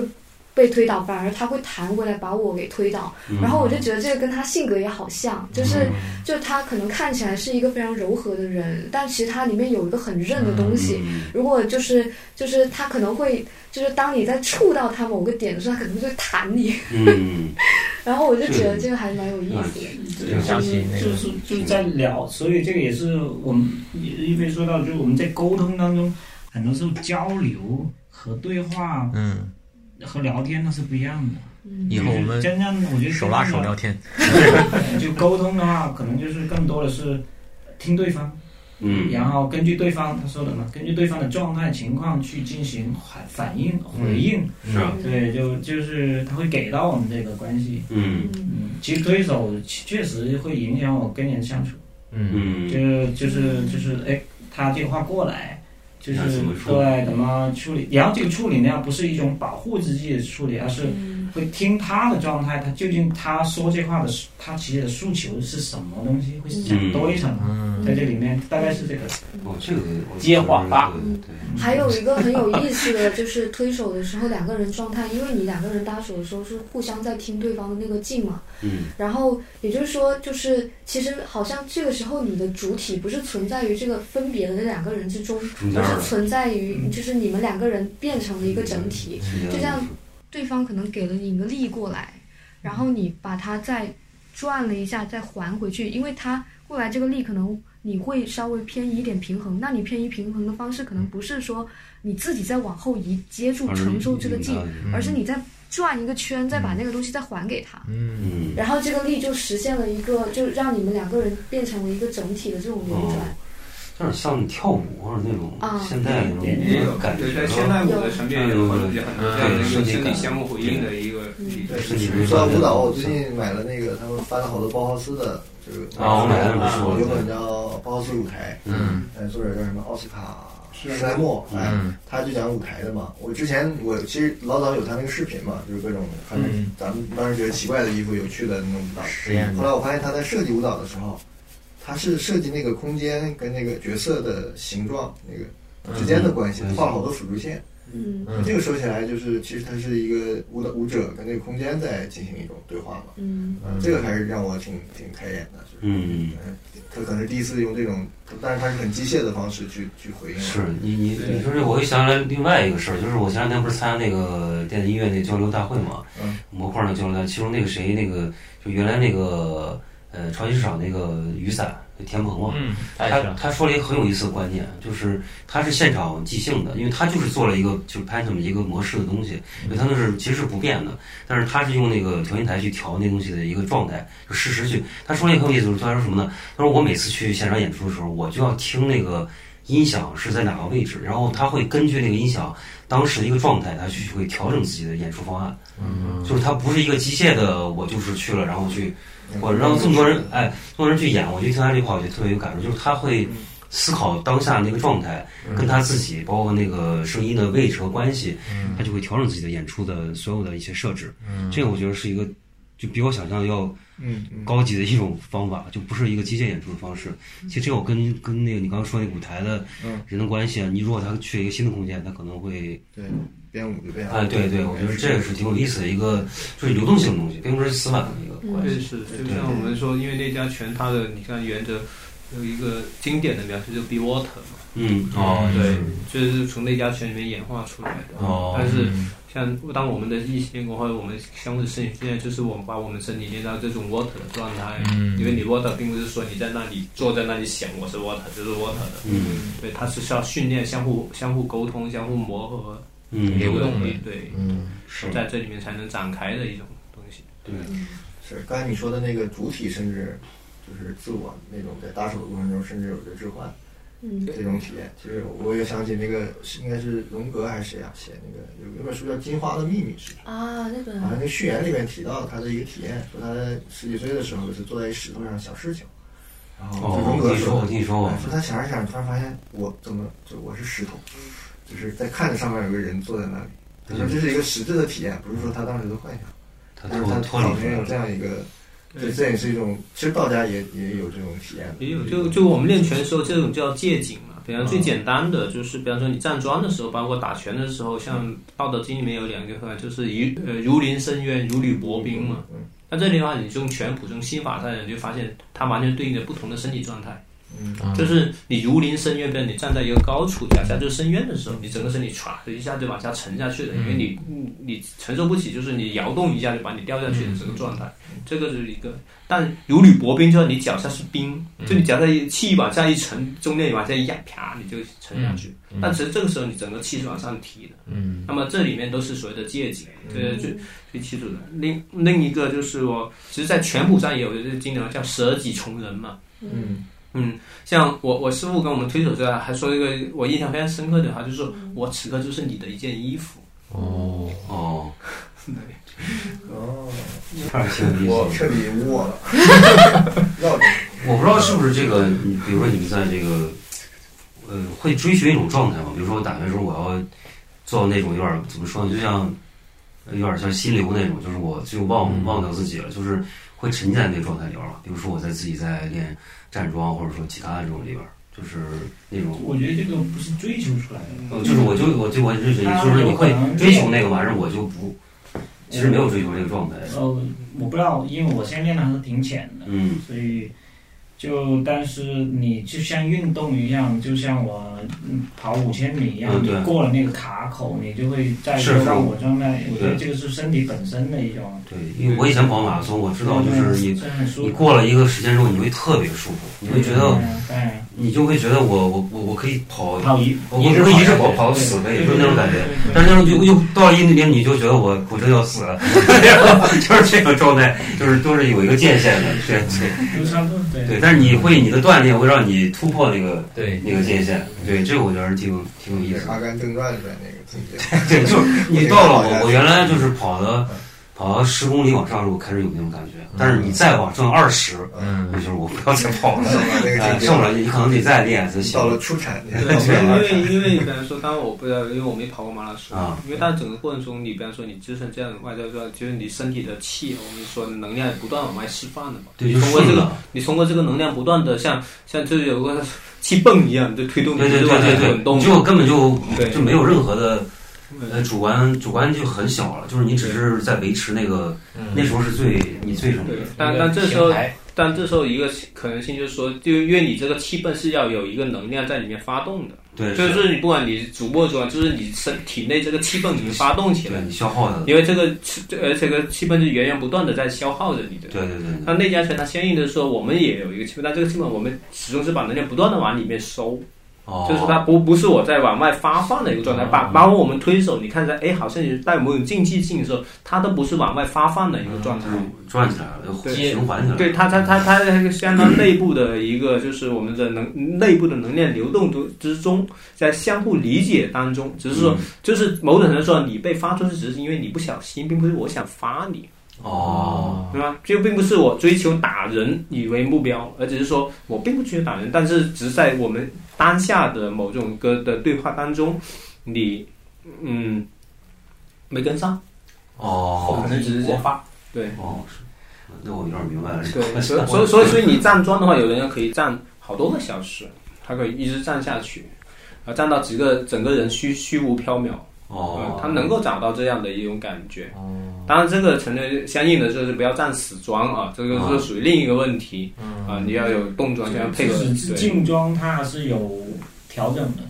被推倒，反而他会弹回来把我给推倒。
嗯
然后我就觉得这个跟他性格也好像，就是就他可能看起来是一个非常柔和的人，但其实他里面有一个很韧的
嗯
东西。如果就是就是他可能会就是当你在触到他某个点的时候，他可能会弹你。
嗯，
然后我就觉得
是
这个还蛮有意思的。
就是就是就是在聊，所以这个也是我们一菲说到，就是我们在沟通当中，很多时候交流和对话，
嗯，
和聊天那是不一样的。
嗯
以后我们
真正我觉得
手拉手聊天，
就沟通的话，可能就是更多的是听对方，
嗯
然后根据对方他说的嘛，根据对方的状态情况去进行反反应回应，
嗯是啊
对，就就是他会给到我们这个关系，
嗯
嗯，其实推手确实会影响我跟人相处，
嗯
就是就是就是哎，他这个话过来。就是
那怎么处理
对怎么处理，然后这个处理呢，不是一种保护自己的处理，而
嗯
嗯
是会听他的状态，他究竟他说这话的，他其实的诉求是什么东西，会
嗯
想多一什
嗯
么，在这里面大概是这个。
哦，这个
接话吧，
还有一个很有意思的就是推手的时候，两个人状态，因为你两个人搭手的时候是互相在听对方的那个劲嘛，
嗯
然后也就是说，就是其实好像这个时候你的主体不是存在于这个分别的那两个人之中，
中间
而
儿
是存在于就是你们两个人变成了一个整体
是这样，的
就像对方可能给了你一个力过来，然后你把它再转了一下，再还回去，因为它过来这个力可能。你会稍微偏移一点平衡，那你偏移平衡的方式可能不是说你自己再往后移接住
而是
承受这个
啊
劲
嗯，
而是你再转一个圈，再把那个东西再还给他。
嗯
然后这个力就实现了一个，就让你们两个人变成了一个整体的这种流
哦
转。
有点像跳舞或者那种
啊
现代那
也有
种感觉
对，
啊，
在现代舞的层面也有
嗯
或者也很多这样的一个身体相互回应的一个一个
对，
事情。
说到舞蹈，我最近买了那个他们翻了好多包豪斯的，就是
啊我买了本书
有本叫《包豪斯舞台》，
嗯，
呃，作者叫什么奥斯卡
是啊
施莱默，哎
嗯，
他就讲舞台的嘛。我之前我其实老早有他那个视频嘛，就是各种反正
嗯
咱们当时觉得奇怪的衣服、有趣的那种舞蹈。
实验的
后来我发现他在设计舞蹈的时候，他是设计那个空间跟那个角色的形状那个之间的关系，
嗯
画了好多辅助线。
嗯
这个说起来就是，其实它是一个舞蹈舞者跟那个空间在进行一种对话嘛。
嗯
呃这个还是让我挺挺开眼的，就是
嗯，
他可能是第一次用这种，但是他是很机械的方式去去回应啊了。
是你你
对
你说这，我又想起来另外一个事儿，就是我前两天不是参加那个电子音乐那交流大会嘛，
嗯
模块儿那交流大会，其中那个谁那个就原来那个呃超级市场那个雨伞田鹏啊，
嗯
他
哎是啊
他说了一个很有意思的观点，就是他是现场即兴的，因为他就是做了一个就是 Python 一个模式的东西，
嗯
因为他那是其实是不变的，但是他是用那个调音台去调那东西的一个状态，就实时去。他说了一个很有意思，他说什么呢？他说我每次去现场演出的时候，我就要听那个音响是在哪个位置，然后他会根据那个音响当时的一个状态，他去会调整自己的演出方案。
嗯
就是它不是一个机械的，我就是去了，然后去，
嗯
哎我让这么多人，哎，这么多人去演，我就听他这话，我就特别有感受，就是他会思考当下那个状态，
嗯
跟他自己包括那个声音的位置和关系，
嗯
他就会调整自己的演出的所有的一些设置。这个我觉得是一个就比我想象要
嗯嗯
高级的一种方法，就不是一个机械演出的方式。其实这个跟跟那个你刚刚说那个舞台的
嗯
人的关系啊，你如果他去一个新的空间，他可能会
对编舞就变
哎，对对，我觉得这个是挺有意思的一个，就是流动性的东西，并不是死板的一个关
对，
系。
是，就
对
像我们说，因为那家拳它的，你看原则有一个经典的描述，就 be water 嘛。
嗯哦
对，就是从那家拳里面演化出来的。
哦
但是像当我们的意识建构或者我们相互的身体现在就是我们把我们身体练到这种 water 的状态。
嗯
因为你 water 并不是说你在那里坐在那里想我是 water，这是 water 的。
嗯，
对，它是需要训练、相互相互沟通、相互磨合。
嗯
流
流动
动的
力对，
嗯是
在这里面才能展开的一种东西。
对
嗯
是刚才你说的那个主体，甚至就是自我那种在搭手的过程中，甚至有着置换，
嗯
这种体验。其实我又想起那个是应该是荣格还是谁啊写那个有有本书叫《金花的秘密》是吧？
啊，那本
好像那序言里面提到他的一个体验，说他在十几岁的时候有一次坐在一石头上想事情，然后就荣格
哦你说过你说过
哎说他想着想着突然发现我怎么就我是石头，就是在看着上面有个人坐在那里，他说这是一个实质的体验，不是说他当时的幻想，
他
但是
脱
他
脱离
脑
出
中
来
有
了
这样一个，
对
对，这也是一种，其实道家也也有这种体验的，
也有，就就我们练拳的时候，这种叫借景嘛。比方最简单的就是，比方说你站桩的时候，包括打拳的时候，像《道德经》里面有两句话，就是如呃如临深渊，如履薄冰嘛。那这里的话，你用拳谱、用心法上，你就发现它完全对应着不同的身体状态。
嗯
就是你如临深渊，比如你站在一个高处，脚下就是深渊的时候，你整个身体唰的一下就往下沉下去了，因为你
嗯
你你承受不起，就是你摇动一下就把你掉下去的这个状态，
嗯
这个是一个。但如履薄冰，就是你脚下是冰，
嗯
就你脚下一气往下一沉，中间往下一压，啪，你就沉下去。
嗯嗯
但其实这个时候你整个气是往上提的。
嗯
那么这里面都是所谓的借景，
嗯
这是最最基础的。另另一个就是我，其实，在拳谱上也有一个经典叫舍己从人嘛。
嗯
嗯，像我我师傅跟我们推手之外，还说一个我印象非常深刻的话，就是
嗯
说我此刻就是你的一件衣 服。
哦
哦，
哦，
太挺有意思的
我彻底 悟了，绕着
我不知道是不是这个，你比如说你们在这个，呃，会追寻一种状态吗？比如说我打拳的时候，我要做到那种有点儿怎么说呢，就像有点像心流那种，就是我就忘忘掉自己了，就是会沉浸在那个状态里边儿嘛。比如说我在自己在练站桩，或者说其他的这种里边儿，就是那种
我觉得这个不是追求出来的，
呃，就是我就我就我认识，就是你会追求那个玩意儿，我就不，其实没有追求这个状态。
呃，我不知道，因为我现在练的还是挺浅的，
嗯
所以就但是你就像运动一样，就像我嗯跑五千米一样，
嗯对
你过了那个卡口，你就会再
是
回到
是
我状态。我觉得
对
这个是身体本身的一种。
对，因为我以前跑马拉松，我知道就是你
对很舒服
你过了一个时间之后，你会特别舒服，你会觉得
对对，
你就会觉得我我我我可以跑
跑一
我我可以一直跑跑到死呗，
对对
就是那种感觉
对对对。
但是那种就又到了一定点，你就觉得我我真的要死了，然后就是这个状态，就是都是有一个界限的，对
就差不多对
对对。但是你会你的锻炼会让你突破那个
对
那个界限，对这个我觉得是挺有挺有意思的，
《阿。甘正传》里面那个境界
对，就是你到了我，我原来就是跑的，跑到十公里往上的时候开始有那种感觉，但是你再往上二十，
嗯，
那就是我不要再跑了，
那嗯个
哎
境界
受不了，你可能得再练才行。
到了出产
对，因为因为比方说，当然我不知道，因为我没跑过马拉松
啊，
因为但整个过程中，你比方说你支撑这样的外在状，就是你身体的气，我们说能量不断往外释放的嘛。
对就
通过这
顺
个
了，
你通过这个能量不断的像像就是有个气泵一样，你就推动你
对对
就往
对
前
对
滚动
对，
嘛，
就根本就
对
就没有任何的呃主观，主观就很小了，就是你只是在维持那个，那时候是最你最什么
对
的，。
但
一个
但这时候
平台，
但这时候一个可能性就是说，就因为你这个气泵是要有一个能量在里面发动的，
对
就是你不管你主播说，就是你身体内这个气泵已经发动起来
对，你消耗的，
因为这个气，呃，这个气泵是源源不断的在消耗着你的。
对对对。
那内家拳它相应的说，我们也有一个气泵，但这个气泵我们始终是把能量不断的往里面收。
哦
就是它不不是我在往外发放的一个状态，把包括我们推手，你看着，哎，好像有带有某种竞技性的时候，它都不是往外发放的一个状态，
转起来了，就
对
循环起来了。
对它，它它它它相当内部的一个，就是我们的能内部的能量流动之之中，在相互理解当中，只是说，
嗯
就是某种程度上，你被发出去，只是因为你不小心，并不是我想发你。
哦，
对吧？就并不是我追求打人以为目标，而只是说我并不追求打人，但是只是在我们
当下的某种歌的对话当中，你嗯没跟上，
哦，
可能只是
我
我发对
哦，是，那我有点明白了。
对，所以所以所以所以你站桩的话，有的人可以站好多个小时，他可以一直站下去，啊，站到整个整个人虚虚无缥缈。
哦
嗯他能够找到这样的一种感觉。当然，这个承认相应的就是不要站死桩啊，这个
啊
是属于另一个问题
嗯
啊，你要有动作相配合。
就是
对
进装它还是有调整的，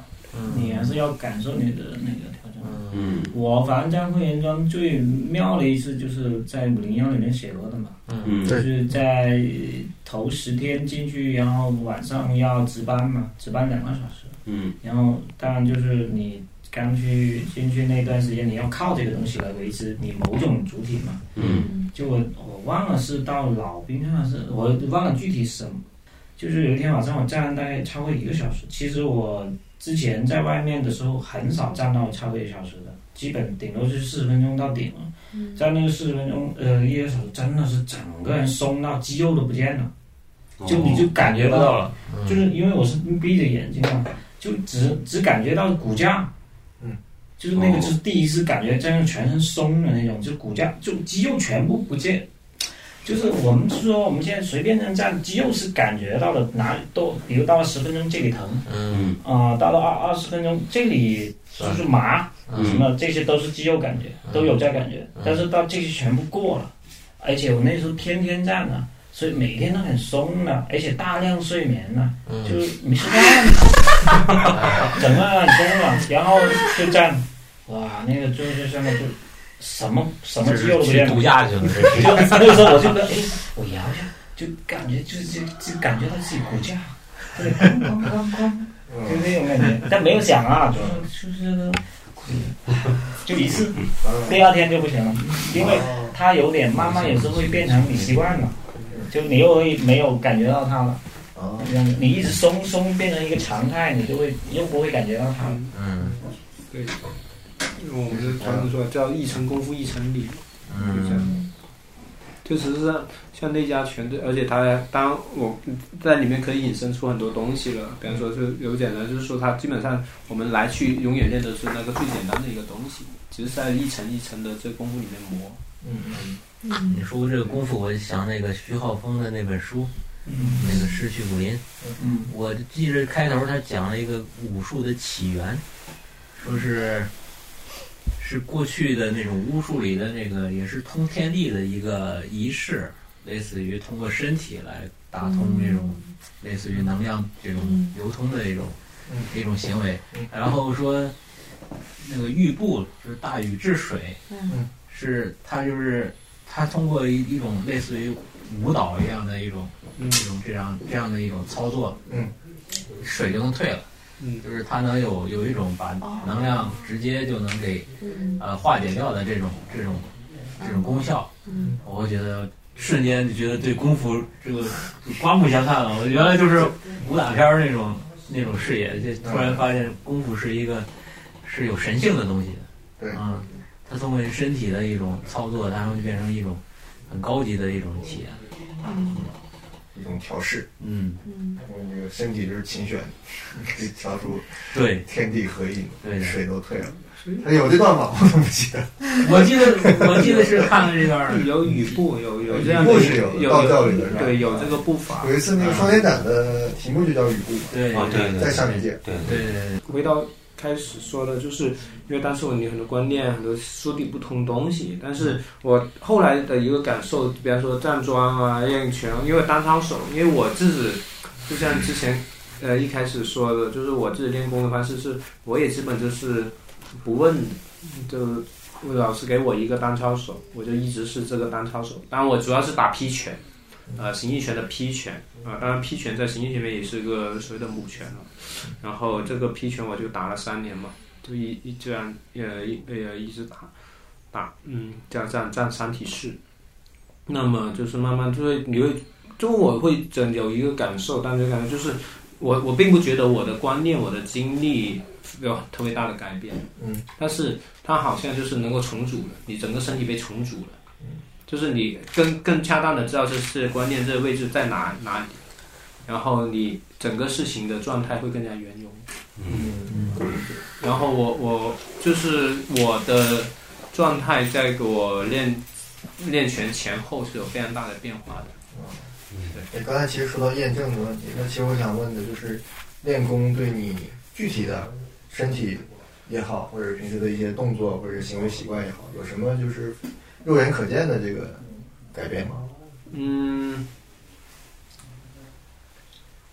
你还是要感受你的那个调整。
嗯，
我反正江湖原装最妙的一次就是在五零幺里面写过的嘛，
嗯
就是在头十天进去，然后晚上要值班嘛，值班两个小时，
嗯，
然后当然就是你刚去进去那段时间，你要靠这个东西来维持你某种主体嘛。
嗯，
就我我忘了是到老兵还是我忘了具体什么，就是有一天晚上我站大概超过一个小时。其实我之前在外面的时候很少站到超过一个小时的，基本顶多就是四十分钟到顶了。
嗯
在那个四十分钟呃一个小时，真的是整个人松到肌肉都不见了。
哦
就你就感觉不到了，就是因为我是闭着眼睛嘛，就只只感觉到骨架，
嗯，
就是那个就是第一次感觉真的全身松的那种，就骨架就肌肉全部不见，就是我们是说我们现在随便这样站，肌肉是感觉到的哪里都，比如到了十分钟这里疼，
嗯
啊、到了二二十分钟这里就是麻，
嗯
什么这些都是肌肉感觉，都有这感觉，但是到这些全部过了。而且我那时候天天站呢，所以每天都很松的，而且大量睡眠呢，就是没吃饭， 整个很松了，然后就站，哇，那个就是真的就什么什么肌肉都不见了，
就是去度 假去了
就
是
那个时候我就跟哎，我摇一下，就感觉就就就感觉到自己骨架， 对，哐哐哐哐，就
嗯
那种感觉，嗯但没有响啊，就是嗯就是。就一次，第二天就不行了，因为
啊
它有点慢慢有时候会变成你习惯了，就你又会没有感觉到它了。
啊
你你一直松松变成一个常态，你就会你又不会感觉到它了。
嗯，
对，我们的传统说叫一成功夫一成理，就这样。就实际上像那家全队，而且他当我嗯在里面可以引申出很多东西了。比方说，就有简单，就是说他基本上我们来去永远练的是那个最简单的一个东西，只是在一层一层的这功夫里面磨。
嗯嗯，你说这个功夫，我就想那个徐浩峰的那本书，那个《失去武林》。
嗯，
我记着开头他讲了一个武术的起源，说是是过去的那种巫术里的那个，也是通天地的一个仪式，类似于通过身体来打通
嗯
这种、类似于能量这种流通的一种、一种行为。然后说那个玉步就是大禹治水，
嗯
是他就是他通过一一种类似于舞蹈一样的一种、一种这样这样的一种操作，
嗯，
水就能退了。
嗯，
就是它能有有一种把能量直接就能给呃化解掉的这种这种这种功效，
嗯
我会觉得瞬间就觉得对功夫这个刮目相看了。我原来就是武打片儿那种那种视野，就突然发现功夫是一个是有神性的东西的。
对，
嗯，它通过身体的一种操作，然后就变成一种很高级的一种体验。
一种调试。
嗯，
嗯，那个身体就是琴弦， 可以调出
对
天地合一，
对的
水都退了。他有这段吗？我怎么记得？
我记得我记得是看了这段儿
有语步，有有这样的
步是有的，道教里的是吧
对有这个步伐。
有一次那个双年展的题目就叫雨步，
啊对
哦对对
在上一届，
对
对对对。
回到开始说的，就是因为当时我有很多观念、很多说理不通东西，但是我后来的一个感受，比方说站桩啊、练拳，因为单操手，因为我自己就像之前呃一开始说的，就是我自己练功的方式是，我也基本就是不问，就老师给我一个单操手，我就一直是这个单操手，当然我主要是打劈拳。呃，形意拳的劈拳，啊、当然劈拳在形意拳里面也是个所谓的母拳了。然后这个劈拳我就打了三年嘛，就一一这样呃一呃一直打打，嗯，这样这样这样三体式。那么就是慢慢就会你会，就我会整有一个感受，但是感觉就是我我并不觉得我的观念、我的经历有特别大的改变，
嗯，
但是它好像就是能够重组了，你整个身体被重组了。就是你更更恰当的知道这是观念这个位置在哪哪里，然后你整个事情的状态会更加圆融。
嗯
然后我我就是我的状态，在我练练拳前后是有非常大的变化的。
对，哎刚才其实说到验证的问题，那其实我想问的就是，练功对你具体的身体也好，或者平时的一些动作或者行为习惯也好，有什么就是肉眼可见的这个改变吗？
嗯，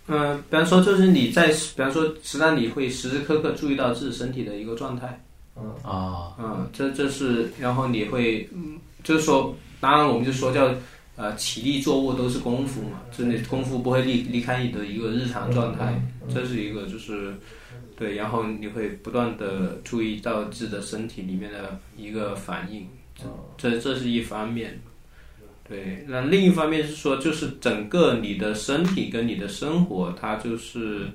嗯、比方说就是你在，比方说，实际上你会时时刻刻注意到自己身体的一个状态。
嗯
啊，
嗯，这这是，然后你会，嗯，就是说，当然我们就说叫，呃，起立坐卧都是功夫嘛，就是你功夫不会离离开你的一个日常状
嗯
态，这是一个就是，对，然后你会不断的注意到自己的身体里面的一个反应，
嗯
这这这是一方面。对，那另一方面是说，就是整个你的身体跟你的生活，它就是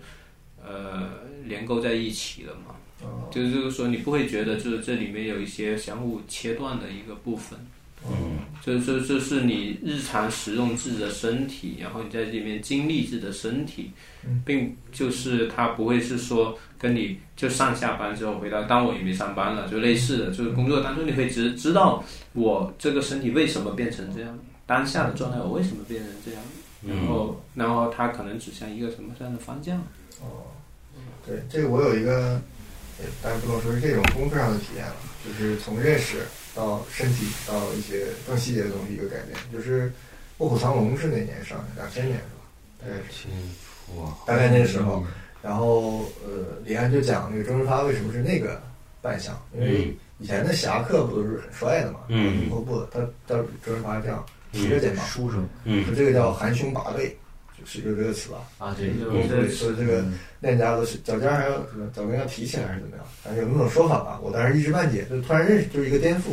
呃连构在一起了嘛。
嗯
就是就是说，你不会觉得就是这里面有一些相互切断的一个部分。
嗯，
这这这是你日常使用自己的身体，然后你在这里面经历自己的身体，并就是它不会是说跟你就上下班之后回到，当我也没上班了，就类似的，就是工作当中你会知知道我这个身体为什么变成这样，当下的状态我为什么变成这样，
嗯
然后然后它可能指向一个什么样的方向。
哦嗯
对，这个我有一个，呃当然不能说是这种工作上的体验了，就是从认识到身体到一些更细节的东西一个改变，就是《卧虎藏龙》是哪年上的？两千年是吧？
嗯
大概是。
嗯
哦
大概那时候，然后呃，李安就讲那个周润发为什么是那个扮相，因为以前的侠客不都是很帅的嘛，
嗯
破布的，他他周润发这样提着肩膀，
梳着，
嗯
说这个叫含胸拔背，就是有这个词吧？
啊对
嗯
对
说这个练家都是脚尖儿还要怎么脚跟要提起来还是怎么样，反正有那种说法吧，我当时一知半解，就突然认识就是一个颠覆，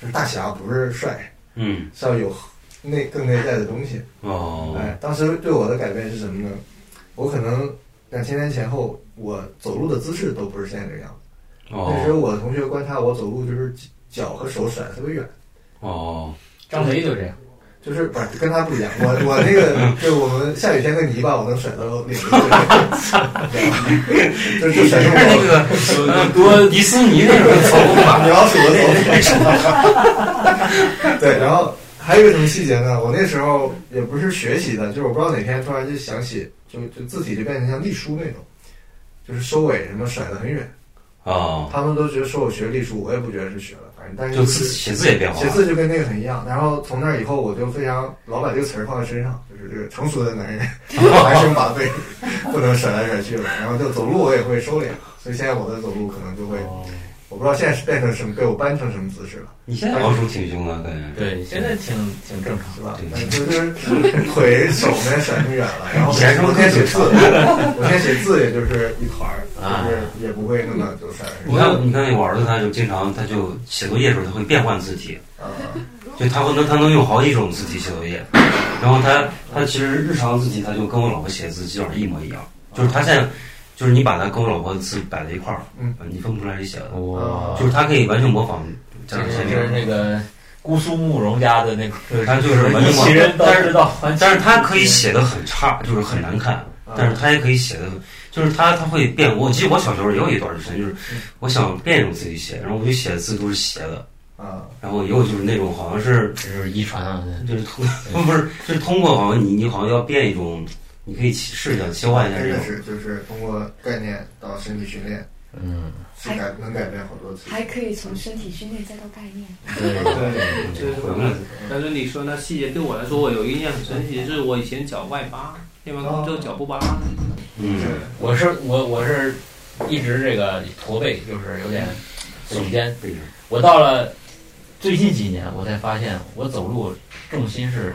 就是大侠不是帅，
嗯
是要有内更内在的东西，
哦，
哎，当时对我的改变是什么呢？我可能两千年前后，我走路的姿势都不是现在这个样子。
哦
那时候我的同学观察我走路，就是脚和手甩得特别远。
哦，
张雷就这样。
就是不是跟他不一样，我我那 个就我们下雨天的泥巴，我能甩到脸上， 就就甩动
那个呃多迪士尼 那种操控吧
米老鼠的操控。 对，然后还有一个什么细节呢？我那时候也不是学习的，就是我不知道哪天突然就想起，就就字体就变成像隶书那种，就是收尾什么甩得很远。
哦，
他们都觉得说我学隶书，我也不觉得是学了，反正但是
就是字写字也变化
写字就跟那个很一样。然后从那以后，我就非常老把这个词儿放在身上，就是这个成熟 的男人，男生把背 不能甩来甩去了。然后就走路我也会收敛，所以现在我的走路可能就会，
哦
我不知道现在是变成什么，被我搬成什么姿势了。
你现在哎老鼠挺凶啊，感觉
对，现在挺挺正常，
是吧？就是腿手呢甩很 远了，然后
以前是不
我
是
天写字，我天写字也就是一团儿，
啊
就是也不会那么就甩来甩去。
你看，你看我儿子，他就经常，他就写作业的时候，他会变换字体，
啊
就他会能，他能用好几种字体写作业。然后他，他其实日常字体，他就跟我老婆写字基本上一模一样，就是他现在，就是你把他跟我老婆的字摆在一块儿，
嗯，
你分不出来谁写的，
哇
就是他可以完全模仿这
这
样
个
写
是
的。
那个姑苏慕容家的那个，
对，他就是完全模
一
仿
其人，
但是
道
但是他可以写的很差，就是很难看，
嗯
但
啊
是他也可以写的，就是他他会变。我记得我小时候也有一段时间，就是
嗯
我想变一种自己写，然后我就写的字都是斜的，
啊，
然后也有就是那种好像是
就是遗传啊，
就是通不是就是通过好像你你好像要变一种，你可以试一下切换一下
真
这
的
种。
是就是通过概念到身体训练，
嗯，
是改能改变好多次。
还可以从身体训练再到概念。
对，这是我
嗯
们。但是你说那细节对我来说，我有印象很深刻，就是我以前脚外八，练完
哦
功之后脚不疤。
嗯，
我是我我是一直这个驼背，就是有点耸肩。我到了最近几年，我才发现我走路重心是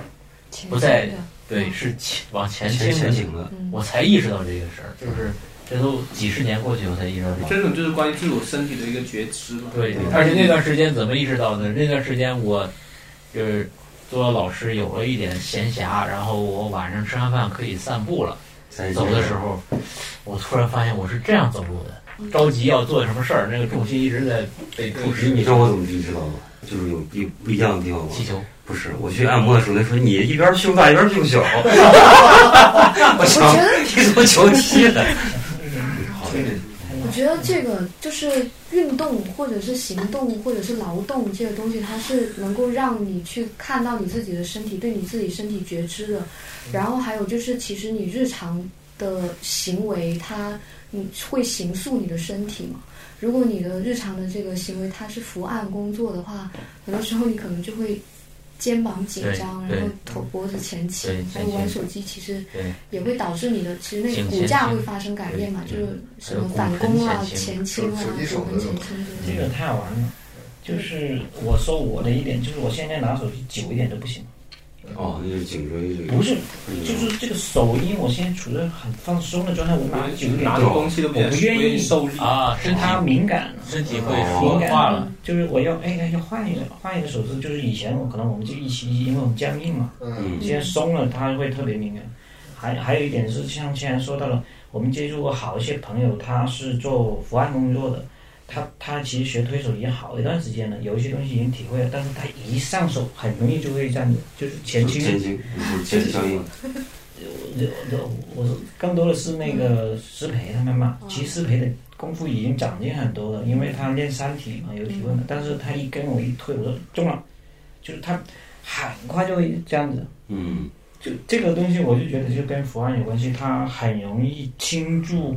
不在
前倾的
对，是倾往前
前
倾的
前倾的
嗯
我才意识到这个事儿，就是这都几十年过去，我才意识到。
这种就是关于自我身体的一个觉知嘛。
对，而且那段时间怎么意识到的？那段时间我就是做老师，有了一点闲暇，然后我晚上吃完饭可以散步了。
三
走的时候，我突然发现我是这样走路的，着急要做什么事儿，那个重心一直在被
不
push
是，你知道我怎么知道吗？就是有有不一样的地方吗？
气球
不是，我去按摩的时候，他说你一边胸大一边胸小， 我想你怎么球踢的？好嘞，
我觉得这个就是运动，或者是行动，或者是劳动这个东西，它是能够让你去看到你自己的身体，对你自己身体觉知
嗯
的。然后还有就是，其实你日常的行为，它你会形塑你的身体嘛？如果你的日常的这个行为它是伏案工作的话，
嗯
很多时候你可能就会肩膀紧张，
对
然后头脖子前倾
对，
还有玩手机，其实
对
也会导致你的其实那
颈
个
前
骨架会
倾
发生改变嘛，就是什么
还有
反
骨盆
弓啊、
前倾
前倾啊、
手手
骨
机手
盆
的那
前
种
倾
这个太玩了。就是我说我的一点，就是我现在拿手机久一点都不行。
哦，那是颈椎这个嗯
不是，就是这个手音，我现在处于很放松的状态，我拿久一点，
拿着东西都不
嗯我不愿意
受力
啊，
对它敏感了，
身体会
敏
说
感
话哦了。，
就是我要哎哎要换一个换一个手势，就是以前我可能我们就一起，因为我们僵硬嘛，
嗯
现在松了，它会特别敏感。还还有一点是，像现在说到了，我们接触过好一些朋友，他是做伏案工作的，他他其实学推手已经好一段时间了，有一些东西已经体会了，但是他一上手很容易就会这样子，就是前倾，
前倾嗯前倾效应
我我我更多的是那个师培他们嘛，其实师培的功夫已经长进很多了，因为他练三体嘛有体会了，但是他一跟我一推，我说中了，就是他很快就会这样子。
嗯，
就这个东西，我就觉得就跟伏案有关系，它很容易倾注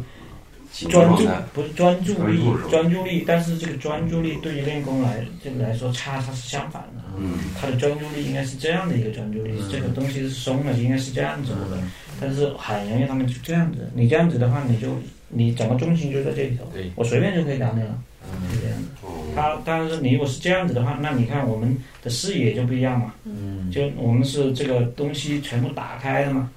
集中
专注
状态，
不是专注力
专注是吧，
专注力。但是这个专注力对于练功来这个来说，差它是相反的。
嗯，
它的专注力应该是这样的一个专注力，这个东西是松了，应该是这样子的。
嗯
但是很容易他们就这样子，你这样子的话，你就你整个重心就在这里头，我随便就可以拿那了，
嗯
就这样子。嗯
哦
他但是你如果是这样子的话，那你看我们的视野就不一样嘛。
嗯
就我们是这个东西全部打开的嘛，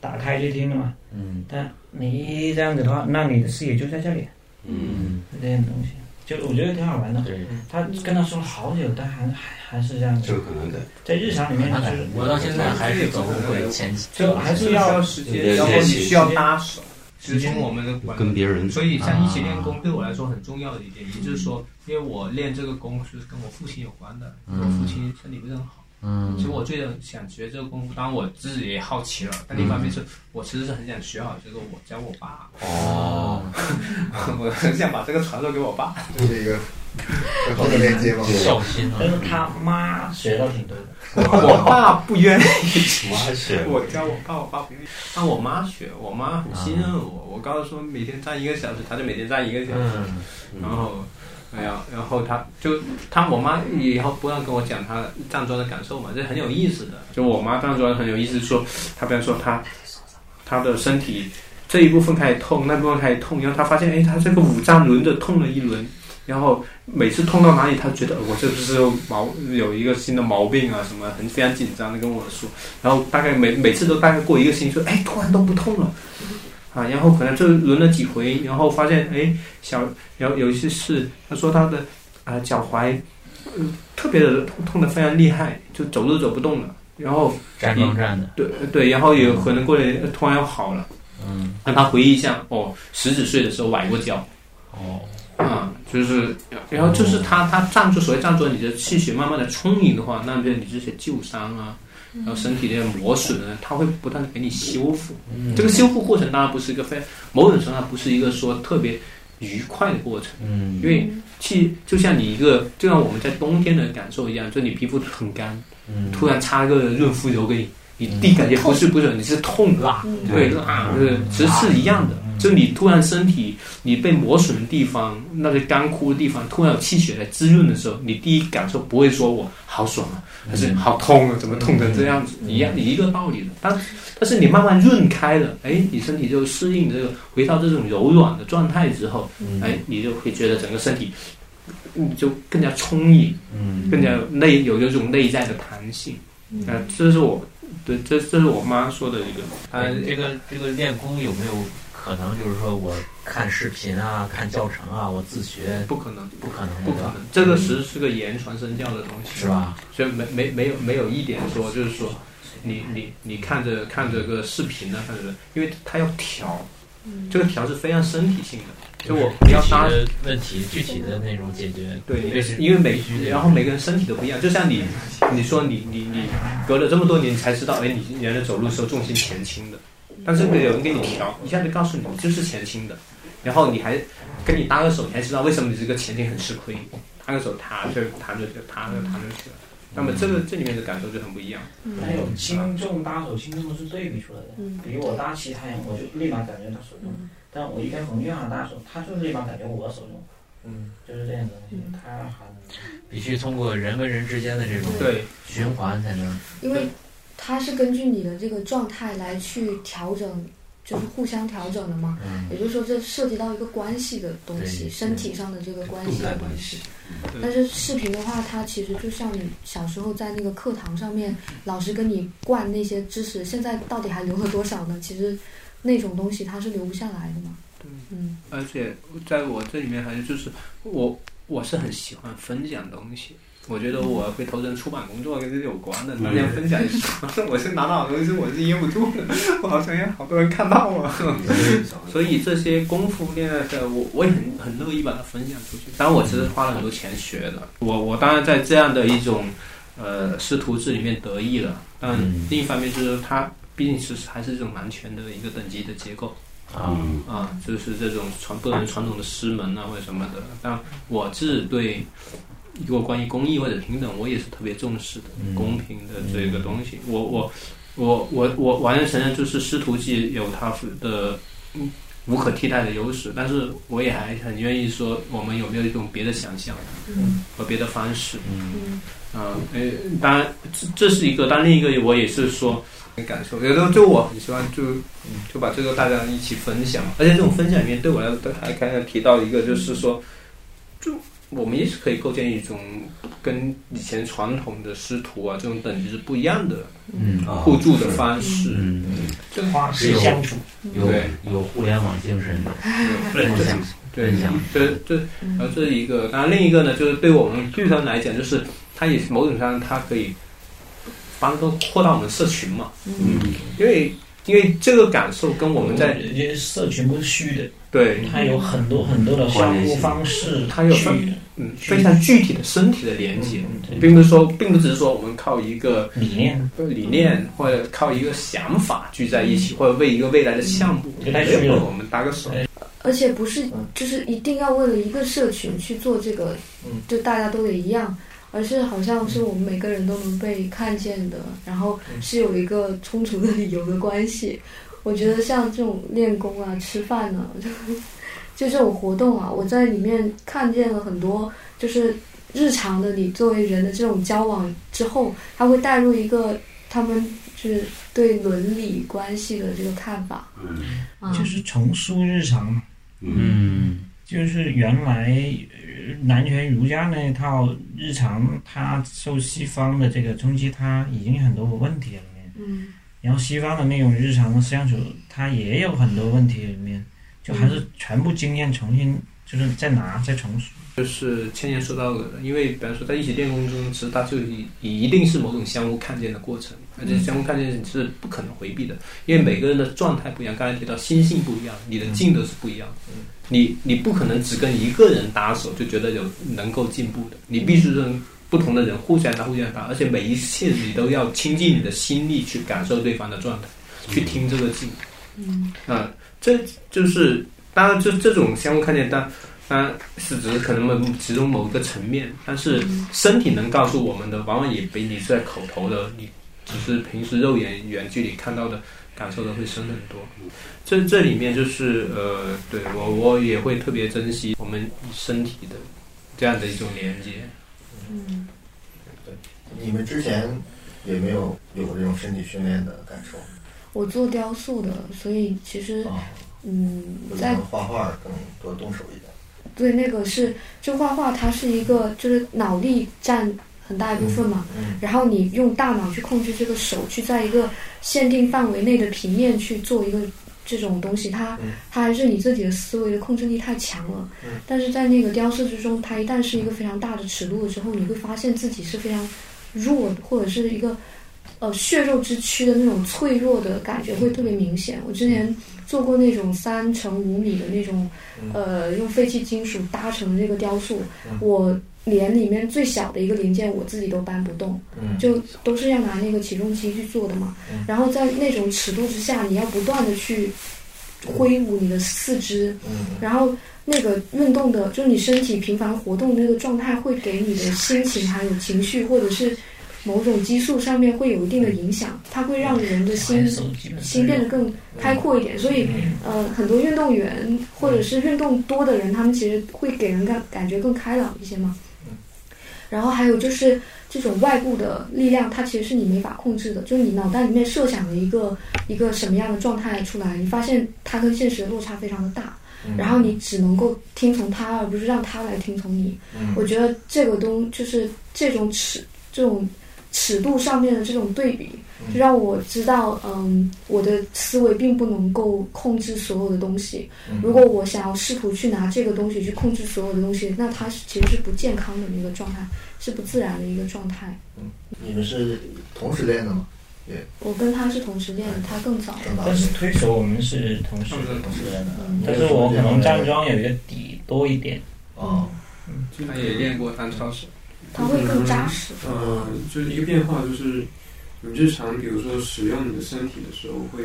打开就听的嘛。
嗯
但你这样子的话，那你的视野就在这里，
嗯，
这样东西，就我觉得挺好玩
嗯
的。他跟他说了好久，但还还还是这样子。
这个可能得
在日常里面就是，
我到现在还是走不回前几
就还是要
时间，然后你需要搭手，就是跟我们的管
跟别
嗯
人
所以像一起练功对我来说很重要的一点，也就是说，因为我练这个功是跟我父亲有关的，
嗯
我父亲身体不是很好。
嗯
其实我最想学这个功夫，当然我自己也好奇了，但另一方面是我其实是很想学好这个，我教我爸。
哦，
我很想把这个传授给我爸。
这是一个很好的链接吗？
但是他妈学到挺多的。
我爸不愿意
妈 学
我教我爸，我爸不愿意。但我妈学，我妈很信任我。我告诉说每天站一个小时，她就每天站一个小时。
嗯
然后，哎呀，然后她就她我妈以后不让跟我讲她站桩的感受嘛，这很有意思的。就我妈站桩很有意思，说她比方说她她的身体这一部分开始痛，那部分开始痛，然后她发现哎，她这个五脏轮着痛了一轮。然后每次痛到哪里，他觉得呃我是不是有毛有一个新的毛病啊什么，很非常紧张的跟我说。然后大概每每次都大概过一个星期，说哎突然都不痛了，啊，然后可能就轮了几回，然后发现哎小有有一次是他说他的啊、脚踝、呃特别的痛痛的非常厉害，就走路走不动了，然后
站桩站的，
对对，然后有可能过来呃突然又好了。
嗯，
让他回忆一下，哦，十几岁的时候崴过脚，
哦，
啊，就是，然后就是他他站住，所谓站住，你的气血慢慢的充盈的话，那边你这些旧伤啊，然后身体的磨损啊，它会不断的给你修复。
嗯
这个修复过程当然不是一个非，某种程度上不是一个说特别愉快的过程，
嗯
因为气就像你一个，就像我们在冬天的感受一样，就你皮肤很干，
嗯
突然擦个润肤油给你，你第一感觉不是不是，你是痛辣，对啊辣，对，其实是一样的。就你突然身体你被磨损的地方，那些干枯的地方，突然有气血来滋润的时候，你第一感受不会说我好爽啊，
嗯
嗯
还是好痛啊，怎么痛成这样子，一样一个道理的。但但是你慢慢润开了，哎，你身体就适应这个，回到这种柔软的状态之后，
嗯
哎，你就会觉得整个身体嗯就更加充盈，
嗯
更加有内有有一种内在的弹性。
嗯
啊，这是我对，这这是我妈说的一个，她
哎这个这个练功有没有可能就是说我看视频啊、看教程啊，我自学？
不可能，
不可能，嗯
不可能，这个其实是个言传身教的东西，
是吧？
所以没没没有没有一点说就是说，你你你看着看着个视频呢，看着，因为它要调，
嗯
这个调是非常身体性的，就我
具
不
体
要搭
的问题具体的那种解决，
对
必须，
因为每
必须得
然后每个人身体都不一样，就像你，你说你你你隔了这么多年你才知道，哎，你原来走路时候重心前倾的，但是有人给你调，一下就告诉你就是前倾的，然后你还跟你搭个手，你还知道为什么你这个前倾很吃亏，搭个手塌就弹着就塌着弹着去了，那么这个这里面的感受就很不一样。
嗯
还有轻重搭手，轻重是对比出来的。比如我搭其他人，我就立马感觉他手重；
嗯
但我一跟冯俊翰搭手，他就是立马感觉我手重。
嗯，
就是这样的东西，他很
必须通过人跟人之间的这种
对
循环才能。
因为它是根据你的这个状态来去调整，就是互相调整的嘛。也就是说，这涉及到一个关系的东西，
对
身体上的这个关
动
系
态
的
关
东
系
西。
嗯
但是视频的话，它其实就像你小时候在那个课堂上面，老师跟你灌那些知识，现在到底还留了多少呢？其实那种东西它是留不下来的嘛。嗯，
而且呃在我这里面还是就是我我是很喜欢分享东西。我觉得我会投身出版工作跟这有关的，大家分享一下。 我是拿到东西，我是噎不住的，我好想让好多人看到我。所以这些功夫练的，我我也很很乐意把它分享出去。当然，我其实花了很多钱学的。我我当然在这样的一种呃师徒制里面得意了，但另一方面就是它毕竟是还是这种男权的一个等级的结构。
啊
啊，就是这种传不能传统的师门啊或者什么的。但我是对如果关于公益或者平等，我也是特别重视的，
嗯
公平的这个东西。我我我我我完全承认，就是师徒制有它的嗯无可替代的优势，但是我也还很愿意说，我们有没有一种别的想象
嗯
和别的方式？
Mm.
嗯
啊，呃，当然这这是一个，但另一个我也是说。感受，有的时候就我很喜欢就嗯就把这个大家一起分享，而且这种分享里面对我来说，还刚才提到一个就是说，就我们也是可以构建一种跟以前传统的师徒啊这种等级是不一样的
Mm.
嗯
互助的方式，
嗯，
这
方式相处
有
对
有有互联网精神的
对
分享，
对
分享，
这这呃这是一个，当然另一个呢，就是对我们剧团来讲，就是它也是某种上它可以帮助扩大我们社群嘛，
嗯，
因为因为这个感受跟我们在
因为社群不是虚的，
对
它有很多很多的相互方式，
它有
去
非嗯非常具体的身体的连接，并不是说，并不只是说我们靠一个
嗯理念、
理念或者靠一个想法聚在一起，或者为一个未来的项目，
就太虚了哎
没有我们搭个手，
而且不是就是一定要为了一个社群去做这个，就大家都得一样，而是好像是我们每个人都能被看见的，然后是有一个充足的理由的关系。我觉得像这种练功啊、吃饭啊， 就就这种活动啊，我在里面看见了很多，就是日常的你作为人的这种交往之后，他会带入一个他们就是对伦理关系的这个看法。嗯
就是重塑日常嘛。
嗯，
就是原来呃南拳儒家那一套日常，它受西方的这个冲击，它已经很多问题了。
嗯
然后西方的那种日常的相处，它也有很多问题里面，就还是全部经验重新就是再拿再重塑。
就是倩倩说到的，因为比方说在一起练功中，其实它就一一定是某种相互看见的过程，而且相互看见是不可能回避的，因为每个人的状态不一样，刚才提到心性不一样，你的劲都是不一样的，你你不可能只跟一个人搭手就觉得有能够进步的，你必须跟不同的人互相搭互相搭，而且每一次你都要倾尽你的心力去感受对方的状态，去听这个劲，
嗯
啊，这就是当然，这这种相互看见，当当然是只是可能某其中某一个层面，但是身体能告诉我们的，往往也比你在口头的，你只是平时肉眼远距离看到的感受的会深很多。这这里面就是呃，对我我也会特别珍惜我们身体的这样的一种连接。
嗯，
你们之前也没有有过这种身体训练的感受，
我做雕塑的，所以其实，
哦
嗯
就，是可
在
能画画更多动手一点。
对那个是就画画，它是一个就是脑力占很大一部分嘛，
嗯
然后你用大脑去控制这个手，去在一个限定范围内的平面去做一个这种东西，它、它还是你自己的思维的控制力太强了。但是在那个雕塑之中，它一旦是一个非常大的尺度了之后，你会发现自己是非常弱的，或者是一个呃血肉之躯的那种脆弱的感觉会特别明显。我之前做过那种三乘五米的那种，呃，用废弃金属搭成的那个雕塑，
嗯
我连里面最小的一个零件我自己都搬不动，
嗯
就都是要拿那个起重机去做的嘛。
嗯
然后在那种尺度之下，你要不断的去挥舞你的四肢，
嗯
然后那个运动的，就是你身体频繁活动的那个状态，会给你的心情还有情绪，或者是某种激素上面会有一定的影响，它会让人的心心变得更开阔一点。所以，
嗯
呃，很多运动员或者是运动多的人，他们其实会给人感感觉更开朗一些嘛。然后还有就是这种外部的力量，它其实是你没法控制的，就是你脑袋里面设想的一个一个什么样的状态出来，你发现它跟现实的落差非常的大，
嗯
然后你只能够听从它，而不是让它来听从你。
嗯
我觉得这个东就是这种尺这种尺度上面的这种对比，
嗯
就让我知道，嗯，我的思维并不能够控制所有的东西
嗯。
如果我想要试图去拿这个东西去控制所有的东西，那它是其实是不健康的一个状态，是不自然的一个状态。
你们是同时练的吗？也
我跟他是同时练的，他更早。
但是推手我们是同时同时练的
嗯，
但是我可能站桩有一个底多一点。
哦，
他也练过单超手，
它会更扎实
呃，就是一个变化，就是你日常，比如说使用你的身体的时候会，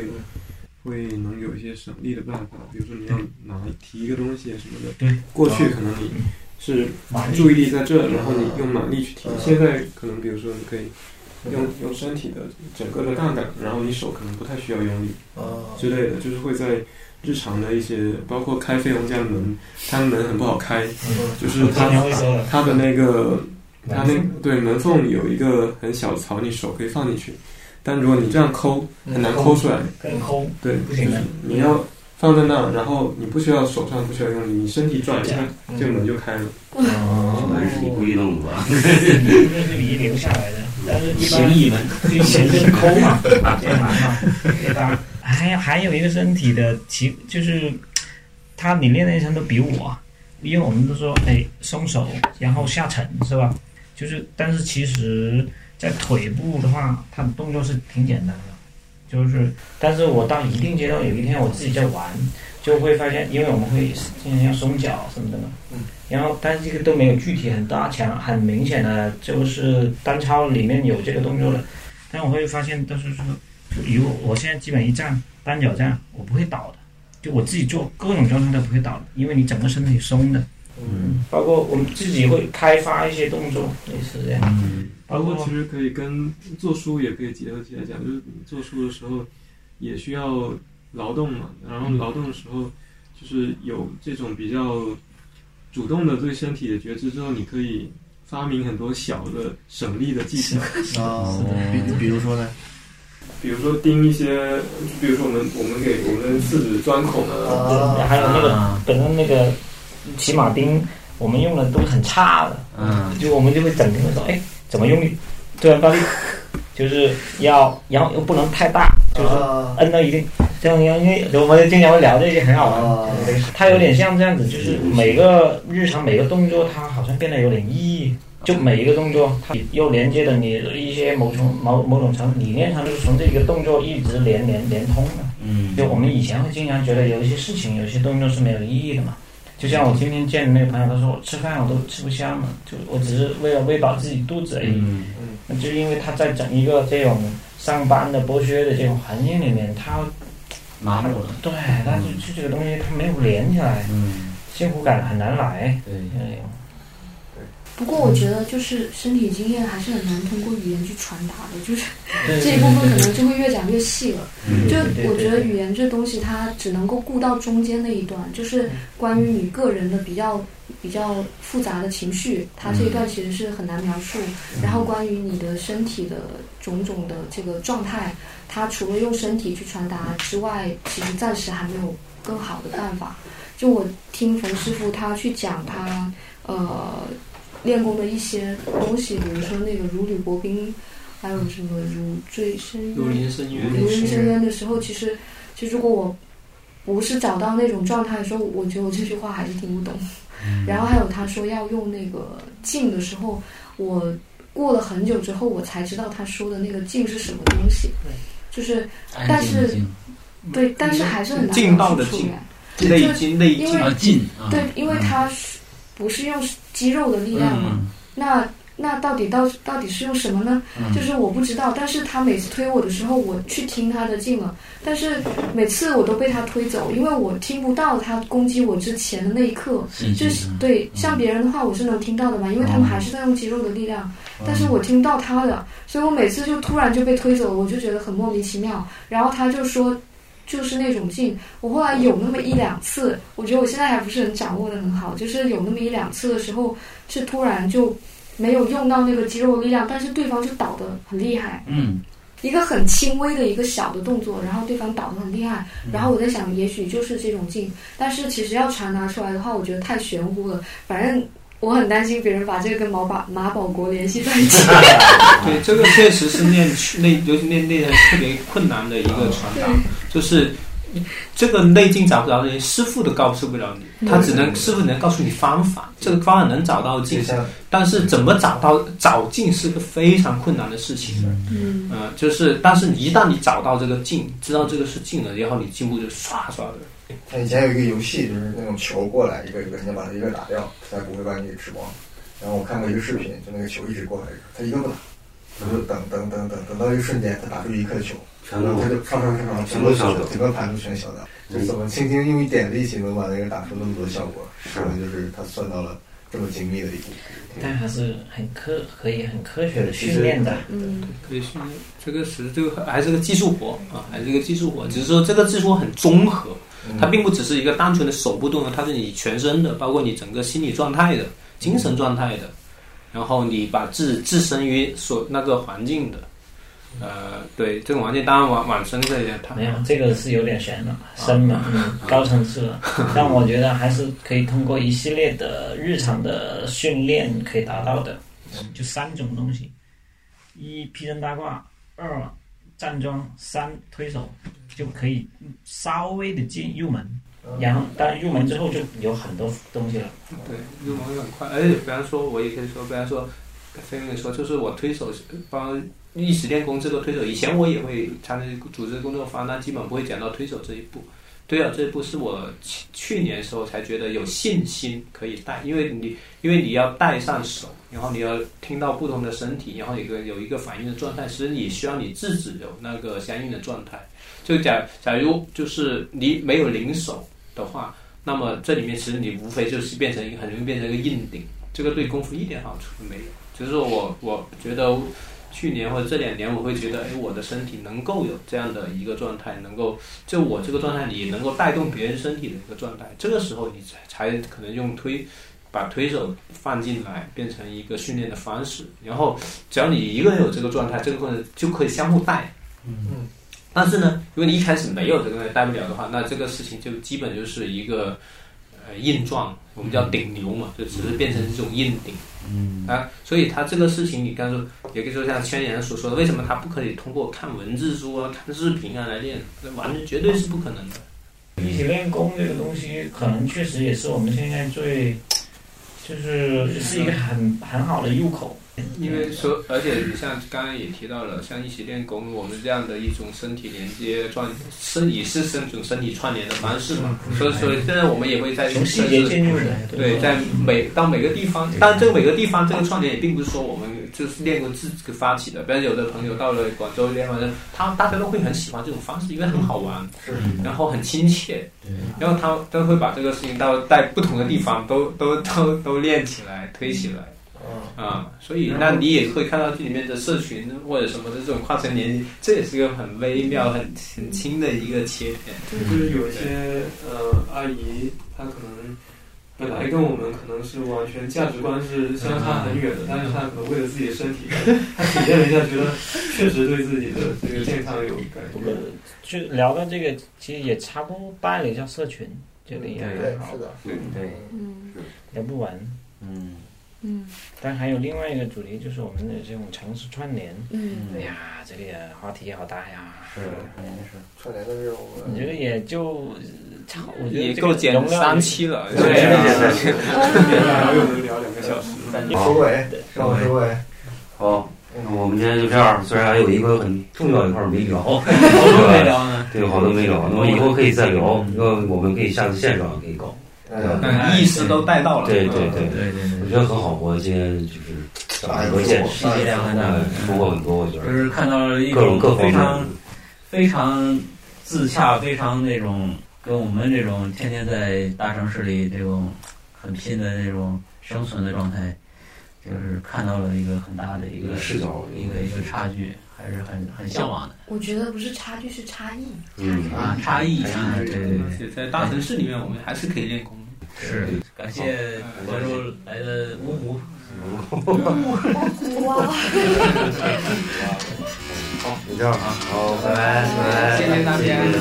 会能有一些省力的办法，比如说你要拿提一个东西啊什么的。
对
过去可能你是注意力在这，然后你用马力去提。现在可能比如说你可以用用身体的整个的杠杆，然后你手可能不太需要用力
呃哦
之类的，就是会在。日常的一些，包括开费用家门，他们门很不好开，
嗯
就是他
今天会说的
他的那个它那
门缝
对门缝有一个很小的槽，你手可以放进去，但如果你这样抠，
嗯
很难抠出来。
可以抠
对，
不行的
就是你要放在那，然后你不需要手上不需要用力，你身体转一下，
嗯
这个门就开了。
哦还是你故意弄的吧
这是你留下来的，但是一般
行医门
就闲着抠嘛，别难嘛，对吧？还还有一个身体的其就是他你练的一身都比我，因为我们都说哎松手，然后下沉是吧？就是但是其实，在腿部的话，他的动作是挺简单的，就是但是我到一定阶段，有一天我自己在玩，就会发现，因为我们会经常要松脚什么的嘛，
嗯，
然后但是这个都没有具体很大强很明显的，就是单操里面有这个动作的，但我会发现都是说，如果我现在基本一站单脚站，我不会倒的，就我自己做各种状态都不会倒的，因为你整个身体松的，
嗯，
包括我们自己会开发一些动作，类似这样，
包括其实可以跟做书也可以结合起来讲，就是你做书的时候也需要劳动嘛，然后劳动的时候就是有这种比较主动的对身体的觉知之后，你可以发明很多小的省力的技巧。
哦，比比如说呢？
比如说钉一些，比如说我们我们给我们四指钻孔啊，
还有那个本身那个骑马钉，我们用的都是很差的，
嗯，
就我们就会整天会说，哎，怎么用力，突然发力，就是要，然后又不能太大，就是
啊
摁到一定，这样，因为我们经常会聊这些，很好
啊
玩。就是它有点像这样子，就是每个日常每个动作，它好像变得有点意义。就每一个动作，它又连接了你的一些某种某某种程度理念上，就是从这一个动作一直连连连通的。
嗯
就我们以前会经常觉得有一些事情、有一些动作是没有意义的嘛。就像我今天见的那个朋友，他说我吃饭我都吃不香嘛，就我只是为了喂饱自己肚子而已。
嗯
那就是因为他在整一个这种上班的剥削的这种环境里面，他
麻木了。
对，他就就这个东西他没有连起来，
嗯，
幸福感很难
嗯
来。
对，
不过我觉得，就是身体经验还是很难通过语言去传达的，就是
对
这一部分可能就会越讲越细了。
嗯
就
对对
我觉
对
得语言这东西，它只能够顾到中间那一段，
嗯
就是关于你个人的比较比较复杂的情绪，它这一
嗯
段其实是很难描述。然后关于你的身体的种种的这个状态，它除了用身体去传达之外，其实暂时还没有更好的办法。就我听冯师傅他去讲他呃练功的一些东西，比如说那个如履薄冰，还有什么如坠深渊、
如临
嗯
深渊
如临深渊的时候，其实其实如果我不是找到那种状态的时候，我觉得我这句
嗯
话还是听不懂。然后还有他说要用那个静的时候，我过了很久之后，我才知道他说的那个“静”是什么东西。
对，
就是，
安静
但是
的静，
对，但是还是很难
劲道
搞
嗯的
出
劲
来
内
就是
劲内
因
劲
为
啊劲啊
对，因
嗯
为它是不是用肌肉的力量嘛？
嗯
那那到底到到底是用什么呢？
嗯
就是我不知道。但是他每次推我的时候，我去听他的劲了，但是每次我都被他推走，因为我听不到他攻击我之前的那一刻
信，息
就是对像别人的话我是能听到的嘛，因为他们还是在用肌肉的力量，但是我听到他的，所以我每次就突然就被推走，我就觉得很莫名其妙。然后他就说就是那种劲。我后来有那么一两次，我觉得我现在还不是很掌握的很好，就是有那么一两次的时候，是突然就没有用到那个肌肉力量，但是对方就倒的很厉害。
嗯，
一个很轻微的一个小的动作，然后对方倒得很厉害，
嗯
然后我在想，也许就是这种劲，但是其实要传达出来的话，我觉得太玄乎了。反正我很担心别人把这个跟毛把马保国联系在 一起。
对，这个确实是练 内，尤其练内特别困难的一个传达，就是这个内劲找不着的人，师傅都告诉不了你，他只能师傅能告诉你方法，这个方法能找到劲，但是怎么找到找劲是个非常困难的事情。
嗯
嗯，就是，但是你一旦你找到这个劲，知道这个是劲了，然后你进步就刷刷的。
他以前有一个游戏，就是那种球过来一个一个，你要把它一个打掉，才不会把你给吃光。然后我看过一个视频，就那个球一直过来，他一个不打，我就等等等等等到一个瞬间，他打出一颗球，
全
然
都
后他就上上上上，全都嗯小整个盘子全小掉。就怎么轻轻用一点力气能把那个打出那么多效果，可能就是他算到了这么精密的一步。
但它是很科可以很科学的训练的，
嗯，
可以训练这个是这个还是个技术活啊，还是个技术活，只是说这个技术活很综合，
嗯
它并不只是一个单纯的手部动作，它是你全身的，包括你整个心理状态的、精神状态的，然后你把置置身于所那个环境的，呃，对这种环境，当然往往深这一点谈，
没有这个是有点悬了，深了，
啊
嗯高层次 了。但我觉得还是可以通过一系列的日常的训练可以达到的，
嗯
就三种东西：一披针搭挂，二站桩，三推手，就可以稍微的进入门。
嗯
然后，当然入门之后就有很多东西了。
对，入门会很快。而且，比方说，我也可以说，比方说，飞妹说，就是我推手是帮一时练功这个推手，以前我也会参加组织工作坊，但基本不会讲到推手这一步。推手这一步是我去去年的时候才觉得有信心可以带，因为你因为你要带上手，然后你要听到不同的身体，然后有一个有一个反应的状态，其实你需要你自己有那个相应的状态。就假假如就是你没有零手的话，那么这里面其实你无非就是变成一个很容易变成一个硬顶，这个对功夫一点好处都没有。就是说我我觉得去年或者这两年，我会觉得，哎，我的身体能够有这样的一个状态，能够就我这个状态里能够带动别人身体的一个状态，这个时候你才才可能用推。把推手放进来，变成一个训练的方式。然后，只要你一个人有这个状态，这个过程就可以相互带。
嗯，
但是呢，如果你一开始没有这个东西带不了的话，那这个事情就基本就是一个呃硬撞，我们叫顶流嘛，就只是变成这种硬顶。
嗯
啊，所以他这个事情，你刚才说，也可以说像千言所说的，为什么他不可以通过看文字书啊、看视频啊来练？那完全绝对是不可能的。
一起练功这个东西，可能确实也是我们现在最，就是是一个很很好的入口。
因为说，而且你像刚刚也提到了，像一起练功，我们这样的一种身体连接串，身也是这种身体串联的方式嘛。嗯所以，所以现在我们也会在
从细节进入的
对，在每到每个地方，但这个每个地方这个串联也并不是说我们就是练功自己发起的。比如有的朋友到了广州练完了，他大家都会很喜欢这种方式，因为很好玩，嗯然后很亲切，然后他都会把这个事情到在不同的地方都都都都练起来，推起来。
嗯
啊，所以那你也会看到这里面的社群或者什么的这种跨层联系，这也是个很微妙、很很轻的一个切片。
就是有一些呃阿姨，她可能本来跟我们可能是完全价值观是相差很远的，但是她可能为了自己的身体，她体验了一下，觉得确实对自己的这个健康有改变。
就聊到这个，其实也插播办了一下社群，这里也很好，
对
对，
嗯
聊不完。
嗯
嗯
但还有另外一个主题，就是我们的这种常识串联。
嗯
哎呀，这个也话题也好大呀。
是
串联的是我
我觉得也就，操我觉得
也
这
够
个
剪
容量
三期了，
对
啊
啊
对啊
啊
嗯
聊又能聊两个小时，
收尾，让我收尾。
好，那我们今天就这样。虽然还有一个很重要一块儿没聊，
没
对
聊
吧
呢？
对，好多没聊。那么以后可以再聊，因为我们可以下次现场可以搞。对吧
啊
嗯意识都带到了
对对对
对对对
我觉得很好。我今天就是长了很多见识，
哎谢谢两位大哥
收获很多。我觉得
就是看到了一
各种各
种
方
非
面
常非常自洽、非常那种跟我们这种天天在大城市里这种很拼的那种生存的状态，就是看到了一个很大的一个
视角嗯
一个一个差距，还是很很向往的。
我觉得不是差距，是差异。
嗯啊，差异啊，对对对，
且在大城市里面，我们还是可以练功。
是感谢广州来的芜湖。
哇！
好，就这样啊，好，拜拜，拜拜，
谢谢大家
拜拜。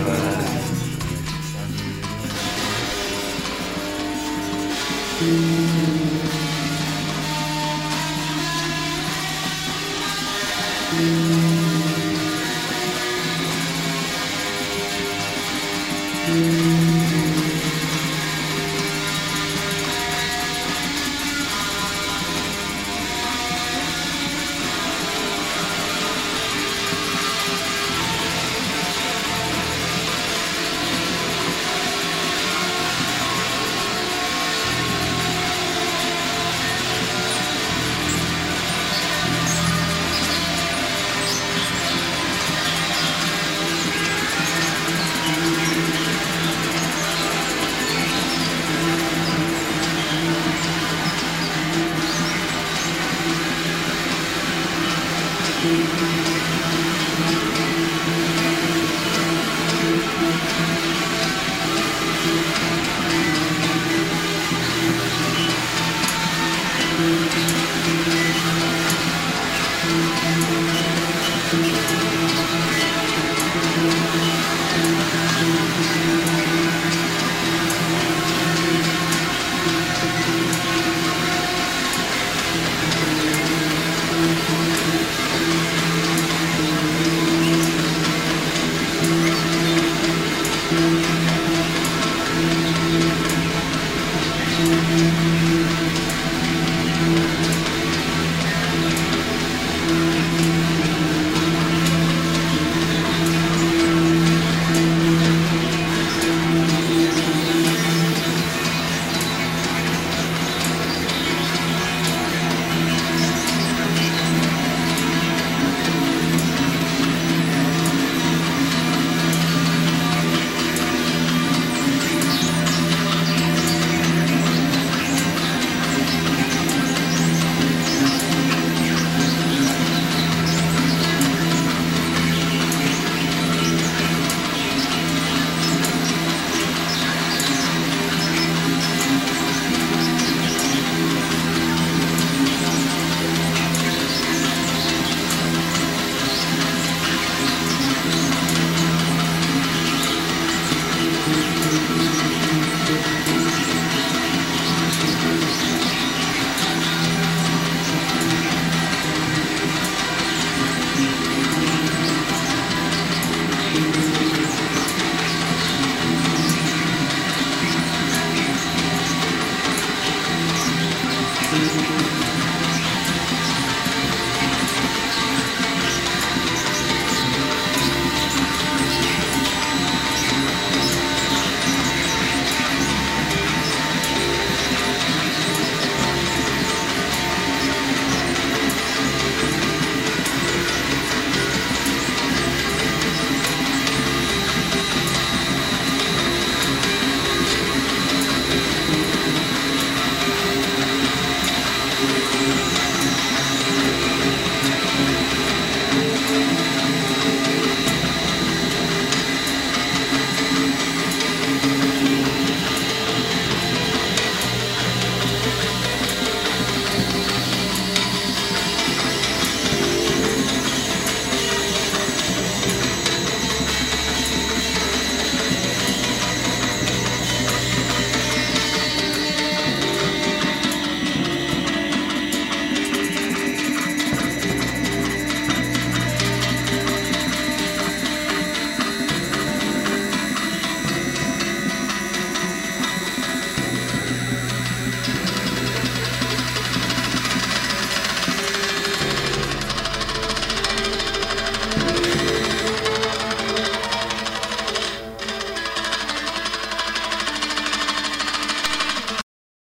Thank you.